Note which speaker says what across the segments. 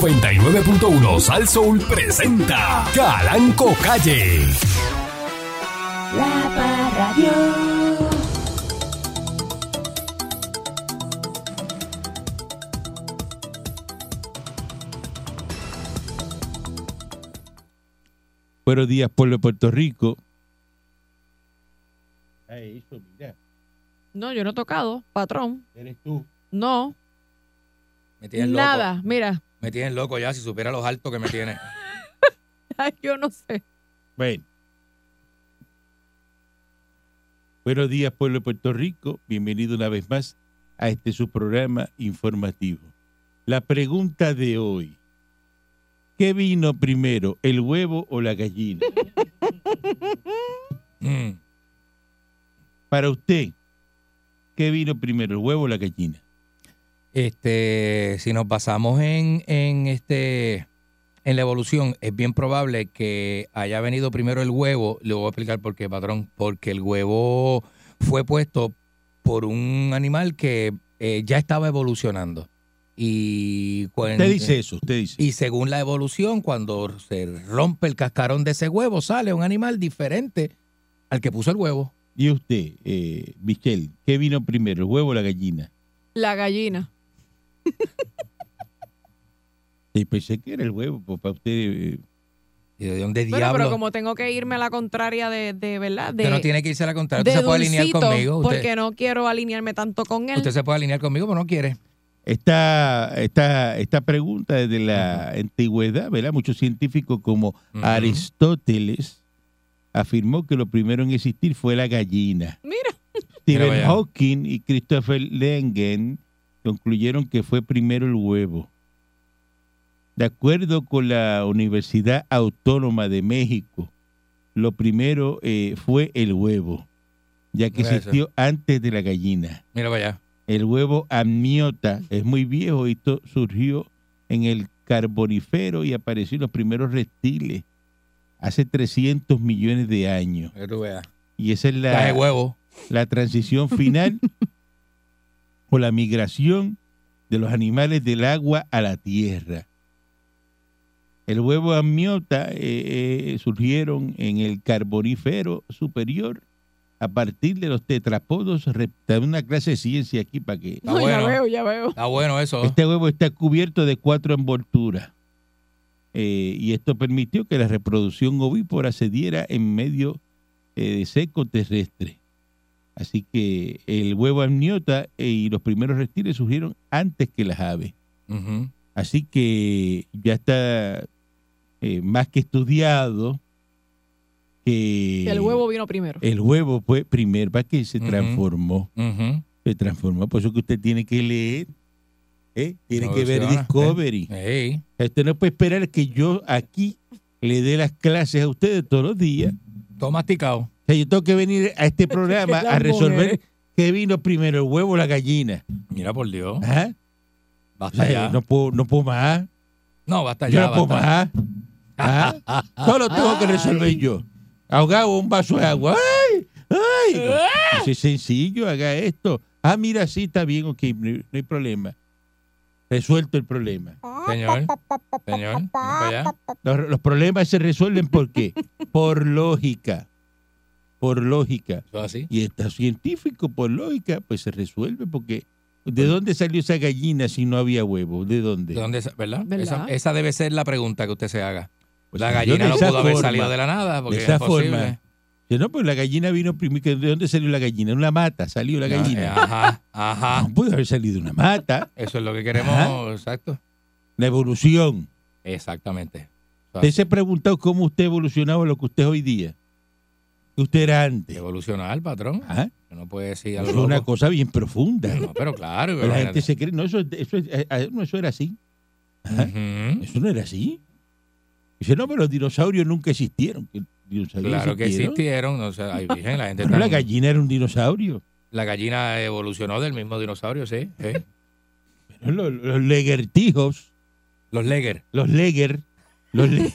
Speaker 1: 99.1 Sal Soul presenta Calanco Calle.
Speaker 2: La Parradio.
Speaker 3: Buenos días, pueblo de Puerto Rico.
Speaker 4: Ay, eso, mira,
Speaker 5: No, yo no he tocado, patrón.
Speaker 4: eres tú.
Speaker 5: No,
Speaker 6: Me tienes
Speaker 5: nada.
Speaker 6: loco.
Speaker 5: Mira,
Speaker 6: Me tienes loco ya, si supiera los altos que me tienes.
Speaker 5: ay, yo no sé.
Speaker 3: Bueno. Buenos días, pueblo de Puerto Rico. Bienvenido una vez más a este su programa informativo. La pregunta de hoy. ¿Qué vino primero, el huevo o la gallina?
Speaker 6: Mm.
Speaker 3: Para usted, ¿qué vino primero, el huevo o la gallina?
Speaker 6: Este, si nos basamos en, en este en la evolución, es bien probable que haya venido primero el huevo. Le voy a explicar por qué, patrón. Porque el huevo fue puesto por un animal que eh, ya estaba evolucionando. Y cuando,
Speaker 3: Usted dice eso, usted dice.
Speaker 6: Y según la evolución, cuando se rompe el cascarón de ese huevo, sale un animal diferente al que puso el huevo.
Speaker 3: Y usted, eh, Michelle, ¿qué vino primero, el huevo o la gallina?
Speaker 5: La gallina.
Speaker 3: Y pensé que era el huevo, pues, para usted... eh,
Speaker 6: ¿Y de dónde
Speaker 5: Bueno,
Speaker 6: diablo?
Speaker 5: pero como tengo que irme a la contraria de, de ¿verdad? De,
Speaker 6: usted no tiene que irse a la contraria.
Speaker 5: de
Speaker 6: Usted se puede alinear
Speaker 5: Dulcito,
Speaker 6: conmigo. Usted,
Speaker 5: Porque no quiero alinearme tanto con él.
Speaker 6: usted se puede alinear conmigo, pero no quiere.
Speaker 3: esta, esta, esta pregunta desde la antigüedad, ¿verdad? Muchos científicos como
Speaker 6: Ujú.
Speaker 3: Aristóteles afirmó que lo primero en existir fue la gallina.
Speaker 5: Mira,
Speaker 3: Stephen
Speaker 6: vaya.
Speaker 3: Hawking y Christopher Langen concluyeron que fue primero el huevo. De acuerdo con la Universidad Autónoma de México, lo primero eh, fue el huevo, ya que
Speaker 6: Mira eso.
Speaker 3: existió antes de la gallina.
Speaker 6: Mira para allá.
Speaker 3: El huevo amniota es muy viejo y esto surgió en el carbonífero y apareció en los primeros reptiles hace 300 millones de años.
Speaker 6: Que tú veas.
Speaker 3: Y esa es
Speaker 6: Traje
Speaker 3: la,
Speaker 6: huevo.
Speaker 3: la transición final o la migración de los animales del agua a la tierra. El huevo amniota eh, eh, surgieron en el carbonífero superior a partir de los tetrapodos, rept- una clase de ciencia aquí para que
Speaker 6: Está
Speaker 5: No, ya
Speaker 6: bueno.
Speaker 5: veo, ya veo.
Speaker 6: Está bueno eso.
Speaker 3: este huevo está cubierto de cuatro envolturas. Eh, y esto permitió que la reproducción ovípara se diera en medio eh, de seco terrestre. Así que el huevo amniota eh, y los primeros reptiles surgieron antes que las aves.
Speaker 6: Ujú.
Speaker 3: Así que ya está eh, más que estudiado que
Speaker 5: El huevo vino primero.
Speaker 3: el huevo fue primero, para que se
Speaker 6: Ujú.
Speaker 3: transformó
Speaker 6: Ujú.
Speaker 3: se transformó. Por eso que usted tiene que leer, ¿eh? tiene
Speaker 6: No,
Speaker 3: que
Speaker 6: sí,
Speaker 3: ver
Speaker 6: ahora,
Speaker 3: Discovery.
Speaker 6: Ey.
Speaker 3: Usted no puede esperar que yo aquí le dé las clases a ustedes todos los días.
Speaker 6: Todo masticado.
Speaker 3: O sea, yo tengo que venir a este programa a
Speaker 5: Las mujeres.
Speaker 3: resolver qué vino primero, el huevo o la gallina.
Speaker 6: Mira por Dios.
Speaker 3: Ajá. O
Speaker 6: Basta
Speaker 3: sea,
Speaker 6: ya.
Speaker 3: no,
Speaker 6: No,
Speaker 3: puedo, no puedo más.
Speaker 6: basta
Speaker 3: Yo
Speaker 6: ya.
Speaker 3: no puedo
Speaker 6: basta.
Speaker 3: más. Ajá. Solo
Speaker 6: Ah.
Speaker 3: tengo que resolver yo. Ahogado un vaso de agua. ¡Ay! ¡Ay!
Speaker 6: Ah.
Speaker 3: No, eso es sencillo, haga esto. Ah, mira, sí, está bien, ok, no hay- no hay problema. Resuelto el problema.
Speaker 6: Señor. Señor. Mira para allá.
Speaker 3: Los, los problemas se resuelven por qué? Por lógica. Por lógica.
Speaker 6: Eso así.
Speaker 3: Y está científico, por lógica, pues se resuelve porque
Speaker 6: Pues
Speaker 3: ¿de dónde salió esa gallina si no había huevo? ¿De dónde?
Speaker 6: ¿De dónde es- ¿Verdad?
Speaker 5: ¿Verdad?
Speaker 6: Esa, esa debe ser la pregunta que usted se haga.
Speaker 3: Pues
Speaker 6: la
Speaker 3: salió
Speaker 6: gallina
Speaker 3: de
Speaker 6: no
Speaker 3: esa
Speaker 6: pudo haber
Speaker 3: forma,
Speaker 6: salido de la nada porque
Speaker 3: de esa
Speaker 6: es imposible.
Speaker 3: forma. Dice, No, pues la gallina vino primero. ¿que ¿De dónde salió la gallina? Una mata, salió la
Speaker 6: No,
Speaker 3: gallina.
Speaker 6: eh, ah. Ajá, ajá.
Speaker 3: No pudo haber salido una mata.
Speaker 6: Eso es lo que queremos.
Speaker 3: Ajá.
Speaker 6: Exacto.
Speaker 3: La evolución.
Speaker 6: Exactamente.
Speaker 3: Usted se ha preguntado cómo usted ha evolucionado a lo que usted es hoy día. Que usted era antes.
Speaker 6: Evolucionar, patrón.
Speaker 3: Ajá.
Speaker 6: No puede decir
Speaker 3: Eso
Speaker 6: algo.
Speaker 3: Es una
Speaker 6: loco.
Speaker 3: cosa bien profunda.
Speaker 6: No, pero claro.
Speaker 3: Pero la
Speaker 6: imagínate.
Speaker 3: gente se cree, no, eso, eso, es- eh, eh, no, eso era así. Ajá.
Speaker 6: Ujú.
Speaker 3: Eso no era así. Dice, no, pero los dinosaurios nunca existieron. ¿Qué dinosaurios
Speaker 6: Claro que
Speaker 3: existieron?
Speaker 6: existieron. No sé, ay, virgen, la gente
Speaker 3: Pero la
Speaker 6: tan-
Speaker 3: gallina era un dinosaurio.
Speaker 6: la gallina evolucionó del mismo dinosaurio, sí. ¿eh? sí.
Speaker 3: Pero los, los legertijos,
Speaker 6: Los Leger.
Speaker 3: los leger, los, le-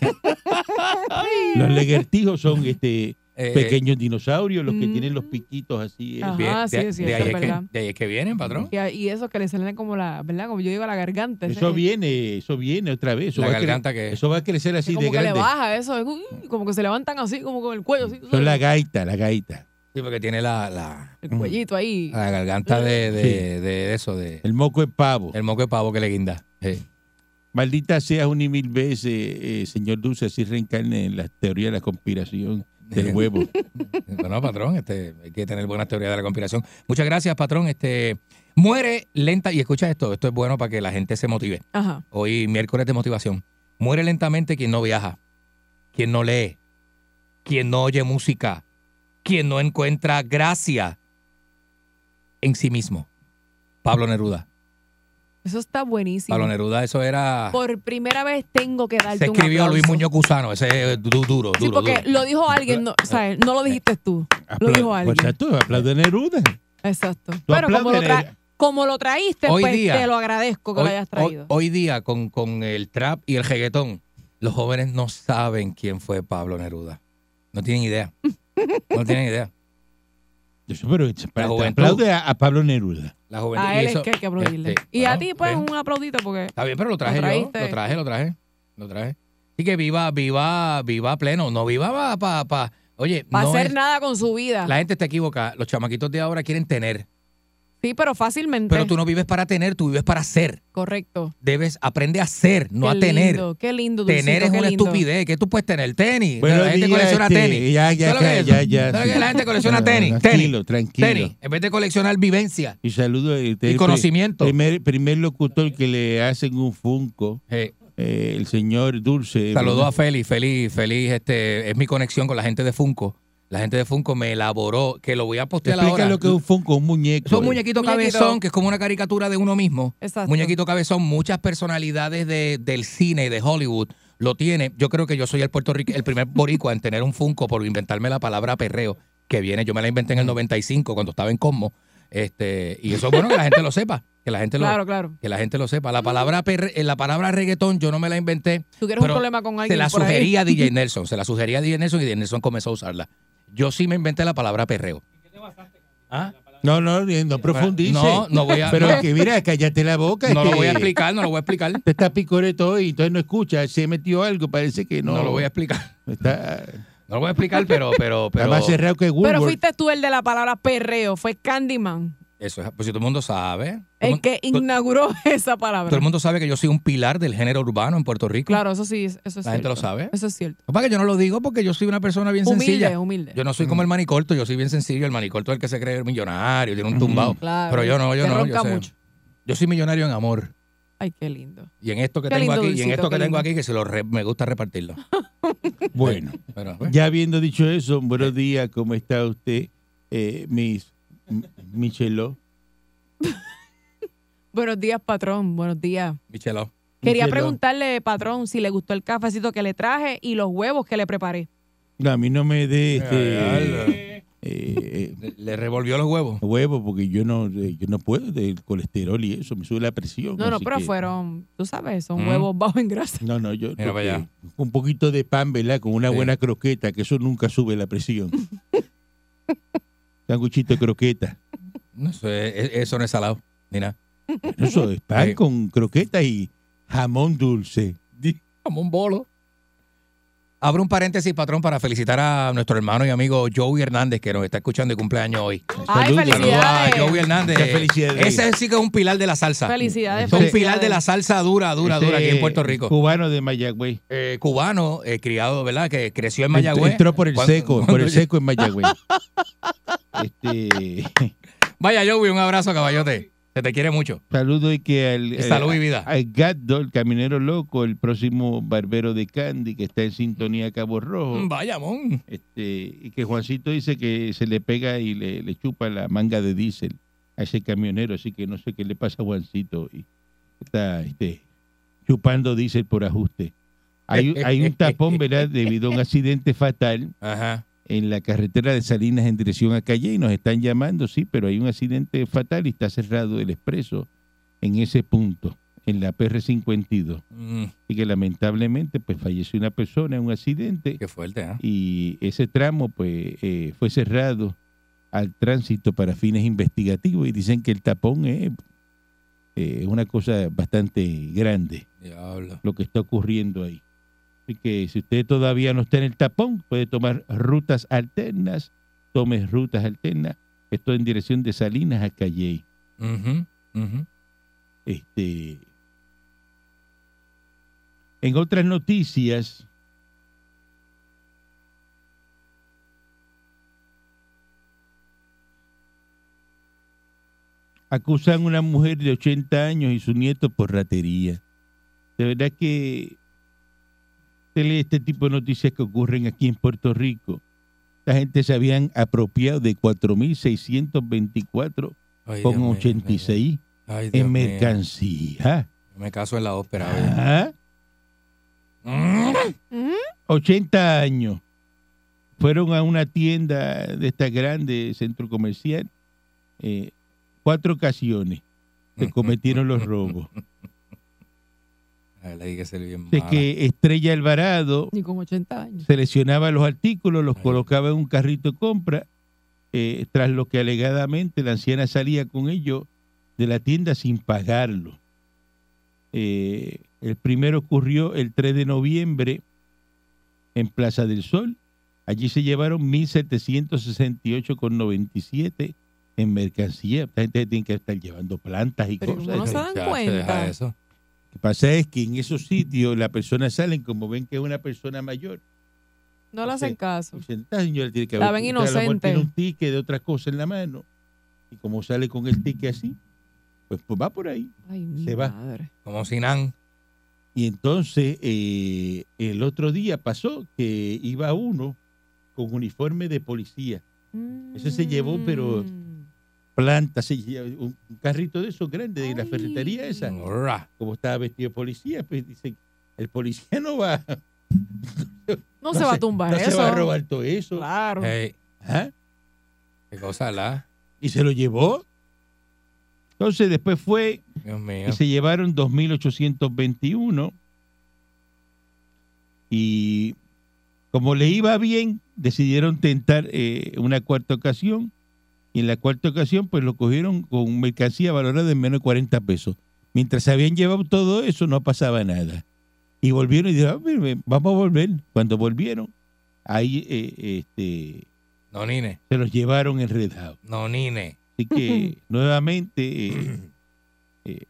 Speaker 3: los legertijos son este
Speaker 6: eh,
Speaker 3: Pequeños dinosaurios, los que
Speaker 5: Mm. Ah,
Speaker 3: tienen los piquitos así. eh.
Speaker 5: Ajá.
Speaker 6: bien,
Speaker 5: sí,
Speaker 6: de,
Speaker 5: sí,
Speaker 6: de
Speaker 5: eso
Speaker 6: ahí
Speaker 5: es
Speaker 6: es que,
Speaker 5: verdad.
Speaker 6: de ahí es que vienen, patrón.
Speaker 5: Y, a- y eso que le salen como la, ¿verdad? Como yo digo, la garganta. ese-
Speaker 3: Eso viene, eso viene otra vez. Eso
Speaker 6: La
Speaker 3: va a cre-
Speaker 6: garganta que-
Speaker 3: Eso va a crecer
Speaker 5: que
Speaker 3: así
Speaker 5: como
Speaker 3: de
Speaker 5: que
Speaker 3: grande.
Speaker 5: le baja eso. es un- como que se levantan así, como con el cuello. Así,
Speaker 3: Eso es la gaita, la gaita.
Speaker 6: Sí, porque tiene la, la,
Speaker 5: el cuellito ahí.
Speaker 6: la garganta de, de,
Speaker 3: Sí.
Speaker 6: de eso, de
Speaker 3: El moco es pavo.
Speaker 6: el moco de pavo que le guinda. Sí.
Speaker 3: Maldita seas un y mil veces, eh, señor Dulce, así reencarne en la teoría de la conspiración del huevo.
Speaker 6: Bueno, patrón, este, hay que tener buenas teorías de la conspiración. Muchas gracias, patrón. Este, muere lenta, y escucha esto, esto es bueno para que la gente se motive.
Speaker 5: Ajá.
Speaker 6: Hoy miércoles de motivación. Muere lentamente quien no viaja, quien no lee, quien no oye música, quien no encuentra gracia en sí mismo. Pablo Neruda.
Speaker 5: Eso está buenísimo.
Speaker 6: Pablo Neruda, eso era...
Speaker 5: Por primera vez tengo que darte
Speaker 6: Se escribió
Speaker 5: un aplauso.
Speaker 6: Luis Muñoz Cusano, ese es du- duro, duro.
Speaker 5: Sí, porque
Speaker 6: duro. Eh,
Speaker 5: lo dijo alguien, no, ¿sabes? No lo dijiste tú. Lo dijo
Speaker 3: Apla- Pues
Speaker 5: alguien.
Speaker 3: tú, aplaude a Neruda.
Speaker 5: Exacto. Pero como lo,
Speaker 3: aplaudes,
Speaker 5: tra-
Speaker 3: Nerea.
Speaker 5: como lo traíste,
Speaker 6: Hoy
Speaker 5: pues
Speaker 6: día-
Speaker 5: te lo agradezco que lo hayas traído.
Speaker 6: hoy día, con, con el trap y el reggaetón, los jóvenes no saben quién fue Pablo Neruda. No tienen idea. No tienen idea.
Speaker 3: Eso, pero es-
Speaker 6: La
Speaker 3: te
Speaker 6: juventud.
Speaker 3: Aplaude a, a Pablo Neruda.
Speaker 6: La juventud.
Speaker 5: a él
Speaker 6: y eso-
Speaker 5: es que hay que aplaudirle.
Speaker 6: este,
Speaker 5: y a
Speaker 6: bueno,
Speaker 5: ti, pues,
Speaker 6: ven.
Speaker 5: un aplaudito porque
Speaker 6: Está bien, pero lo
Speaker 5: Lo
Speaker 6: traje yo.
Speaker 5: trajiste.
Speaker 6: Lo traje, lo traje. Lo traje. Así que viva, viva, viva pleno. No viva pa, pa, pa- Oye,
Speaker 5: va a
Speaker 6: no
Speaker 5: hacer
Speaker 6: es-
Speaker 5: nada con su vida.
Speaker 6: la gente está equivocada. Los chamaquitos de ahora quieren tener.
Speaker 5: Sí, pero fácilmente.
Speaker 6: Pero tú no vives para tener, tú vives para ser.
Speaker 5: Correcto.
Speaker 6: Debes, aprende a ser, no
Speaker 5: Qué
Speaker 6: a tener.
Speaker 5: lindo, Qué lindo,
Speaker 6: Tener
Speaker 5: Dulcito,
Speaker 6: es
Speaker 5: qué
Speaker 6: una
Speaker 5: lindo.
Speaker 6: estupidez. que tú puedes tener? Tenis.
Speaker 3: Buenos
Speaker 6: la gente
Speaker 3: días,
Speaker 6: colecciona
Speaker 3: este,
Speaker 6: tenis.
Speaker 3: Ya, ya,
Speaker 6: ¿Sabes lo que
Speaker 3: ya,
Speaker 6: es?
Speaker 3: ya, ya,
Speaker 6: ¿Sabes lo
Speaker 3: sí.
Speaker 6: que la gente colecciona
Speaker 3: No,
Speaker 6: tenis?
Speaker 3: Tranquilo,
Speaker 6: tenis.
Speaker 3: tranquilo.
Speaker 6: Tenis. En vez de coleccionar vivencia
Speaker 3: Y saludo. eh, te-
Speaker 6: y conocimiento.
Speaker 3: Primer, primer locutor que le hacen un funko,
Speaker 6: Eh,
Speaker 3: eh, el señor Dulce.
Speaker 6: saludó a Feli. Feli, Feli, este, es mi conexión con la gente de Funko. La gente de Funko me elaboró, que lo voy a postear
Speaker 3: Explica
Speaker 6: ahora.
Speaker 3: lo que es un funko, un muñeco. eh.
Speaker 6: Son muñequitos
Speaker 5: Muñequito.
Speaker 6: cabezón, que es como una caricatura de uno mismo.
Speaker 5: Exacto.
Speaker 6: Muñequito cabezón, muchas personalidades de- del cine y de Hollywood lo tiene. Yo creo que yo soy el Puerto Rico, el primer boricua en tener un Funko por inventarme la palabra perreo, que viene, yo me la inventé en el 95 cuando estaba en Cosmo. Este, y eso es bueno que la gente lo sepa, que la gente lo,
Speaker 5: Claro, claro.
Speaker 6: que la gente lo sepa. La palabra perre- eh, la palabra reggaetón yo no me la inventé.
Speaker 5: Tú quieres un
Speaker 6: pero
Speaker 5: problema con
Speaker 6: Se
Speaker 5: alguien
Speaker 6: la
Speaker 5: por ahí.
Speaker 6: sugería a DJ Nelson, se la sugería a DJ Nelson y DJ Nelson comenzó a usarla. Yo sí me inventé la palabra perreo. ¿Ah?
Speaker 3: No, no, no profundice.
Speaker 6: No, no voy a-
Speaker 3: Pero
Speaker 6: no.
Speaker 3: que mira, cállate la boca.
Speaker 6: No
Speaker 3: este,
Speaker 6: lo voy a explicar, no lo voy a explicar.
Speaker 3: Te está picoreto hoy, entonces no escucha. Se metió algo, parece que no.
Speaker 6: No, lo voy a explicar.
Speaker 3: Está,
Speaker 6: No lo voy a explicar, pero, pero,
Speaker 3: está
Speaker 6: pero.
Speaker 3: más cerrado que
Speaker 5: Pero
Speaker 3: Woolworth.
Speaker 5: fuiste tú el de la palabra perreo, fue Candyman
Speaker 6: Eso es, pues si todo el mundo sabe. Todo,
Speaker 5: el
Speaker 6: el-
Speaker 5: que inauguró esa palabra.
Speaker 6: todo el mundo sabe que yo soy un pilar del género urbano en Puerto Rico.
Speaker 5: Claro, eso sí, eso es
Speaker 6: La gente
Speaker 5: cierto.
Speaker 6: lo sabe.
Speaker 5: Eso es cierto.
Speaker 6: No, para que yo no lo digo porque yo soy una persona bien
Speaker 5: Humilde,
Speaker 6: sencilla.
Speaker 5: humilde.
Speaker 6: Yo no soy como el manicorto, yo soy bien sencillo. El manicorto es el que se cree millonario, tiene un tumbado.
Speaker 5: Claro.
Speaker 6: Pero yo no, yo
Speaker 5: Te
Speaker 6: no. Yo,
Speaker 5: ronca
Speaker 6: sé.
Speaker 5: mucho.
Speaker 6: Yo soy millonario en amor.
Speaker 5: Ay, qué lindo.
Speaker 6: Y en esto que
Speaker 5: Qué
Speaker 6: tengo
Speaker 5: lindo,
Speaker 6: aquí, y en
Speaker 5: Dulcito,
Speaker 6: esto que
Speaker 5: qué
Speaker 6: tengo
Speaker 5: lindo.
Speaker 6: aquí, que se lo re- me gusta repartirlo.
Speaker 3: Bueno,
Speaker 6: Pero, pues,
Speaker 3: ya habiendo dicho eso, buenos días, ¿cómo está usted, eh, Miss M- Michelot?
Speaker 5: Buenos días, patrón. Buenos días.
Speaker 6: Michelo.
Speaker 5: Quería
Speaker 3: Michelot.
Speaker 5: preguntarle, patrón, si le gustó el cafecito que le traje y los huevos que le preparé.
Speaker 3: No, a mí no me dé este,
Speaker 6: Le,
Speaker 3: eh, eh,
Speaker 6: le revolvió los huevos.
Speaker 3: huevo porque yo no, eh, yo no puedo del colesterol y eso, me sube la presión.
Speaker 5: No, no,
Speaker 3: así
Speaker 5: pero
Speaker 3: que-
Speaker 5: fueron, tú sabes, son
Speaker 6: Mm.
Speaker 5: huevos bajos en grasa.
Speaker 3: No, no, yo.
Speaker 6: Mira para
Speaker 3: porque
Speaker 6: allá.
Speaker 3: Un poquito de pan, ¿verdad? Con una
Speaker 6: Sí.
Speaker 3: buena croqueta, que eso nunca sube la presión. Sanguchito de croqueta.
Speaker 6: No, eso, es- eso no es salado. Ni nada.
Speaker 3: Bueno, Eso es pan
Speaker 6: Sí.
Speaker 3: con croqueta y jamón dulce.
Speaker 6: Como un bolo. Abro un paréntesis, patrón, para felicitar a nuestro hermano y amigo Joey Hernández, que nos está escuchando de cumpleaños hoy.
Speaker 5: Ay,
Speaker 3: Saludos.
Speaker 6: Saludos Ah, a Joey
Speaker 5: felicidades.
Speaker 6: Hernández.
Speaker 3: Muchas felicidades.
Speaker 6: Ese sí que es un pilar de la salsa.
Speaker 5: Felicidades,
Speaker 6: Este Es un
Speaker 5: felicidades.
Speaker 6: pilar de la salsa dura, dura, dura aquí en
Speaker 3: Ese
Speaker 6: Puerto Rico.
Speaker 3: Cubano de Mayagüey.
Speaker 6: Eh, cubano, eh, criado, ¿verdad? Que creció en
Speaker 3: Ent-
Speaker 6: Mayagüez.
Speaker 3: Entró por el
Speaker 6: Cuando-
Speaker 3: seco, por
Speaker 6: cuando
Speaker 3: el
Speaker 6: llegó-
Speaker 3: seco en Mayagüey. este,
Speaker 6: Vaya, Joey, un abrazo, caballote. Se te quiere mucho.
Speaker 3: saludo y que al, eh,
Speaker 6: Y salud y vida.
Speaker 3: al Gaddo, el caminero loco, el próximo barbero de Candy que está en sintonía Cabo Rojo.
Speaker 6: Mm, Vaya, mon.
Speaker 3: Este, y que Juancito dice que se le pega y le, le chupa la manga de diésel a ese camionero, así que no sé qué le pasa a Juancito. Y está este, chupando diésel por ajuste. Hay, hay un tapón, ¿verdad?, debido a un accidente fatal
Speaker 6: Ajá.
Speaker 3: en la carretera de Salinas en dirección a Calle y nos están llamando, sí, pero hay un accidente fatal y está cerrado el expreso en ese punto. en la PR52.
Speaker 6: Mm,
Speaker 3: Y que lamentablemente pues falleció una persona en un accidente
Speaker 6: qué fuerte, ¿eh?
Speaker 3: y ese tramo pues eh, fue cerrado al tránsito para fines investigativos y dicen que el tapón es eh, una cosa bastante grande
Speaker 6: Diablo.
Speaker 3: lo que está ocurriendo ahí. Así que si usted todavía no está en el tapón, puede tomar rutas alternas, tome rutas alternas. Esto en dirección de Salinas a Calley.
Speaker 6: Ujú, ujú.
Speaker 3: Este, en otras noticias, acusan a una mujer de 80 años y su nieto por ratería. De verdad que te lee este tipo de noticias que ocurren aquí en Puerto Rico. La gente se habían apropiado de 4.624
Speaker 6: Ay, Dios
Speaker 3: con
Speaker 6: mío,
Speaker 3: 86
Speaker 6: Ay, Dios
Speaker 3: en
Speaker 6: mío.
Speaker 3: mercancía. Ah,
Speaker 6: Yo Me caso en la ópera. oye.
Speaker 3: Ajá.
Speaker 6: Mm.
Speaker 3: 80 años. Fueron a una tienda de esta grande centro comercial. eh, cuatro ocasiones se cometieron los robos.
Speaker 6: A ver, le dije que se le bien
Speaker 3: De
Speaker 6: mala.
Speaker 3: que Estrella Alvarado
Speaker 5: Ni con 80 años.
Speaker 3: seleccionaba los artículos, los
Speaker 6: Ay.
Speaker 3: colocaba en un carrito de compra, eh, tras lo que alegadamente la anciana salía con ellos de la tienda sin pagarlo. Eh, el primero ocurrió el 3 de noviembre en Plaza del Sol. Allí se llevaron 1.768,97 en mercancía. Esta gente tiene que estar llevando plantas y
Speaker 5: Pero
Speaker 3: cosas.
Speaker 5: ¿cómo no se dan
Speaker 6: Ya,
Speaker 5: cuenta?
Speaker 6: deja eso.
Speaker 3: Lo que pasa es que en esos sitios las personas salen como ven que es una persona mayor.
Speaker 5: No le hacen caso.
Speaker 3: Pues, esta señora tiene que
Speaker 5: La
Speaker 3: haber-
Speaker 5: ven
Speaker 3: usted a lo mejor
Speaker 5: inocente.
Speaker 3: Tiene un ticket de otra cosa en la mano. Y como sale con el ticket así, pues, pues va por ahí.
Speaker 5: Ay, mi
Speaker 3: Se va.
Speaker 5: madre.
Speaker 6: Como Sinan.
Speaker 3: Y entonces eh, el otro día pasó que iba uno con uniforme de policía, Ese se llevó, pero-
Speaker 5: Mm.
Speaker 3: planta, se lleva un un carrito de esos grande de la
Speaker 5: Ay.
Speaker 3: ferretería esa.
Speaker 6: Ra.
Speaker 3: Como estaba vestido de policía, pues dice, el policía no va,
Speaker 5: No, se va a
Speaker 3: no
Speaker 5: tumbar eso.
Speaker 3: se va a robar todo eso.
Speaker 5: Claro.
Speaker 6: Ey,
Speaker 3: Ajá.
Speaker 6: qué cosa la.
Speaker 3: Y se lo llevó. Entonces después fue
Speaker 6: Dios mío.
Speaker 3: y se llevaron 2.821 y como le iba bien, decidieron tentar eh, una cuarta ocasión y en la cuarta ocasión pues lo cogieron con mercancía valorada en menos de 40 pesos. Mientras se habían llevado todo eso no pasaba nada. Y volvieron y dijeron, "Ah, mire, vamos a volver. Cuando volvieron, ahí eh, este,
Speaker 6: No nine.
Speaker 3: se los llevaron enredados.
Speaker 6: No nine.
Speaker 3: Así que nuevamente eh, eh,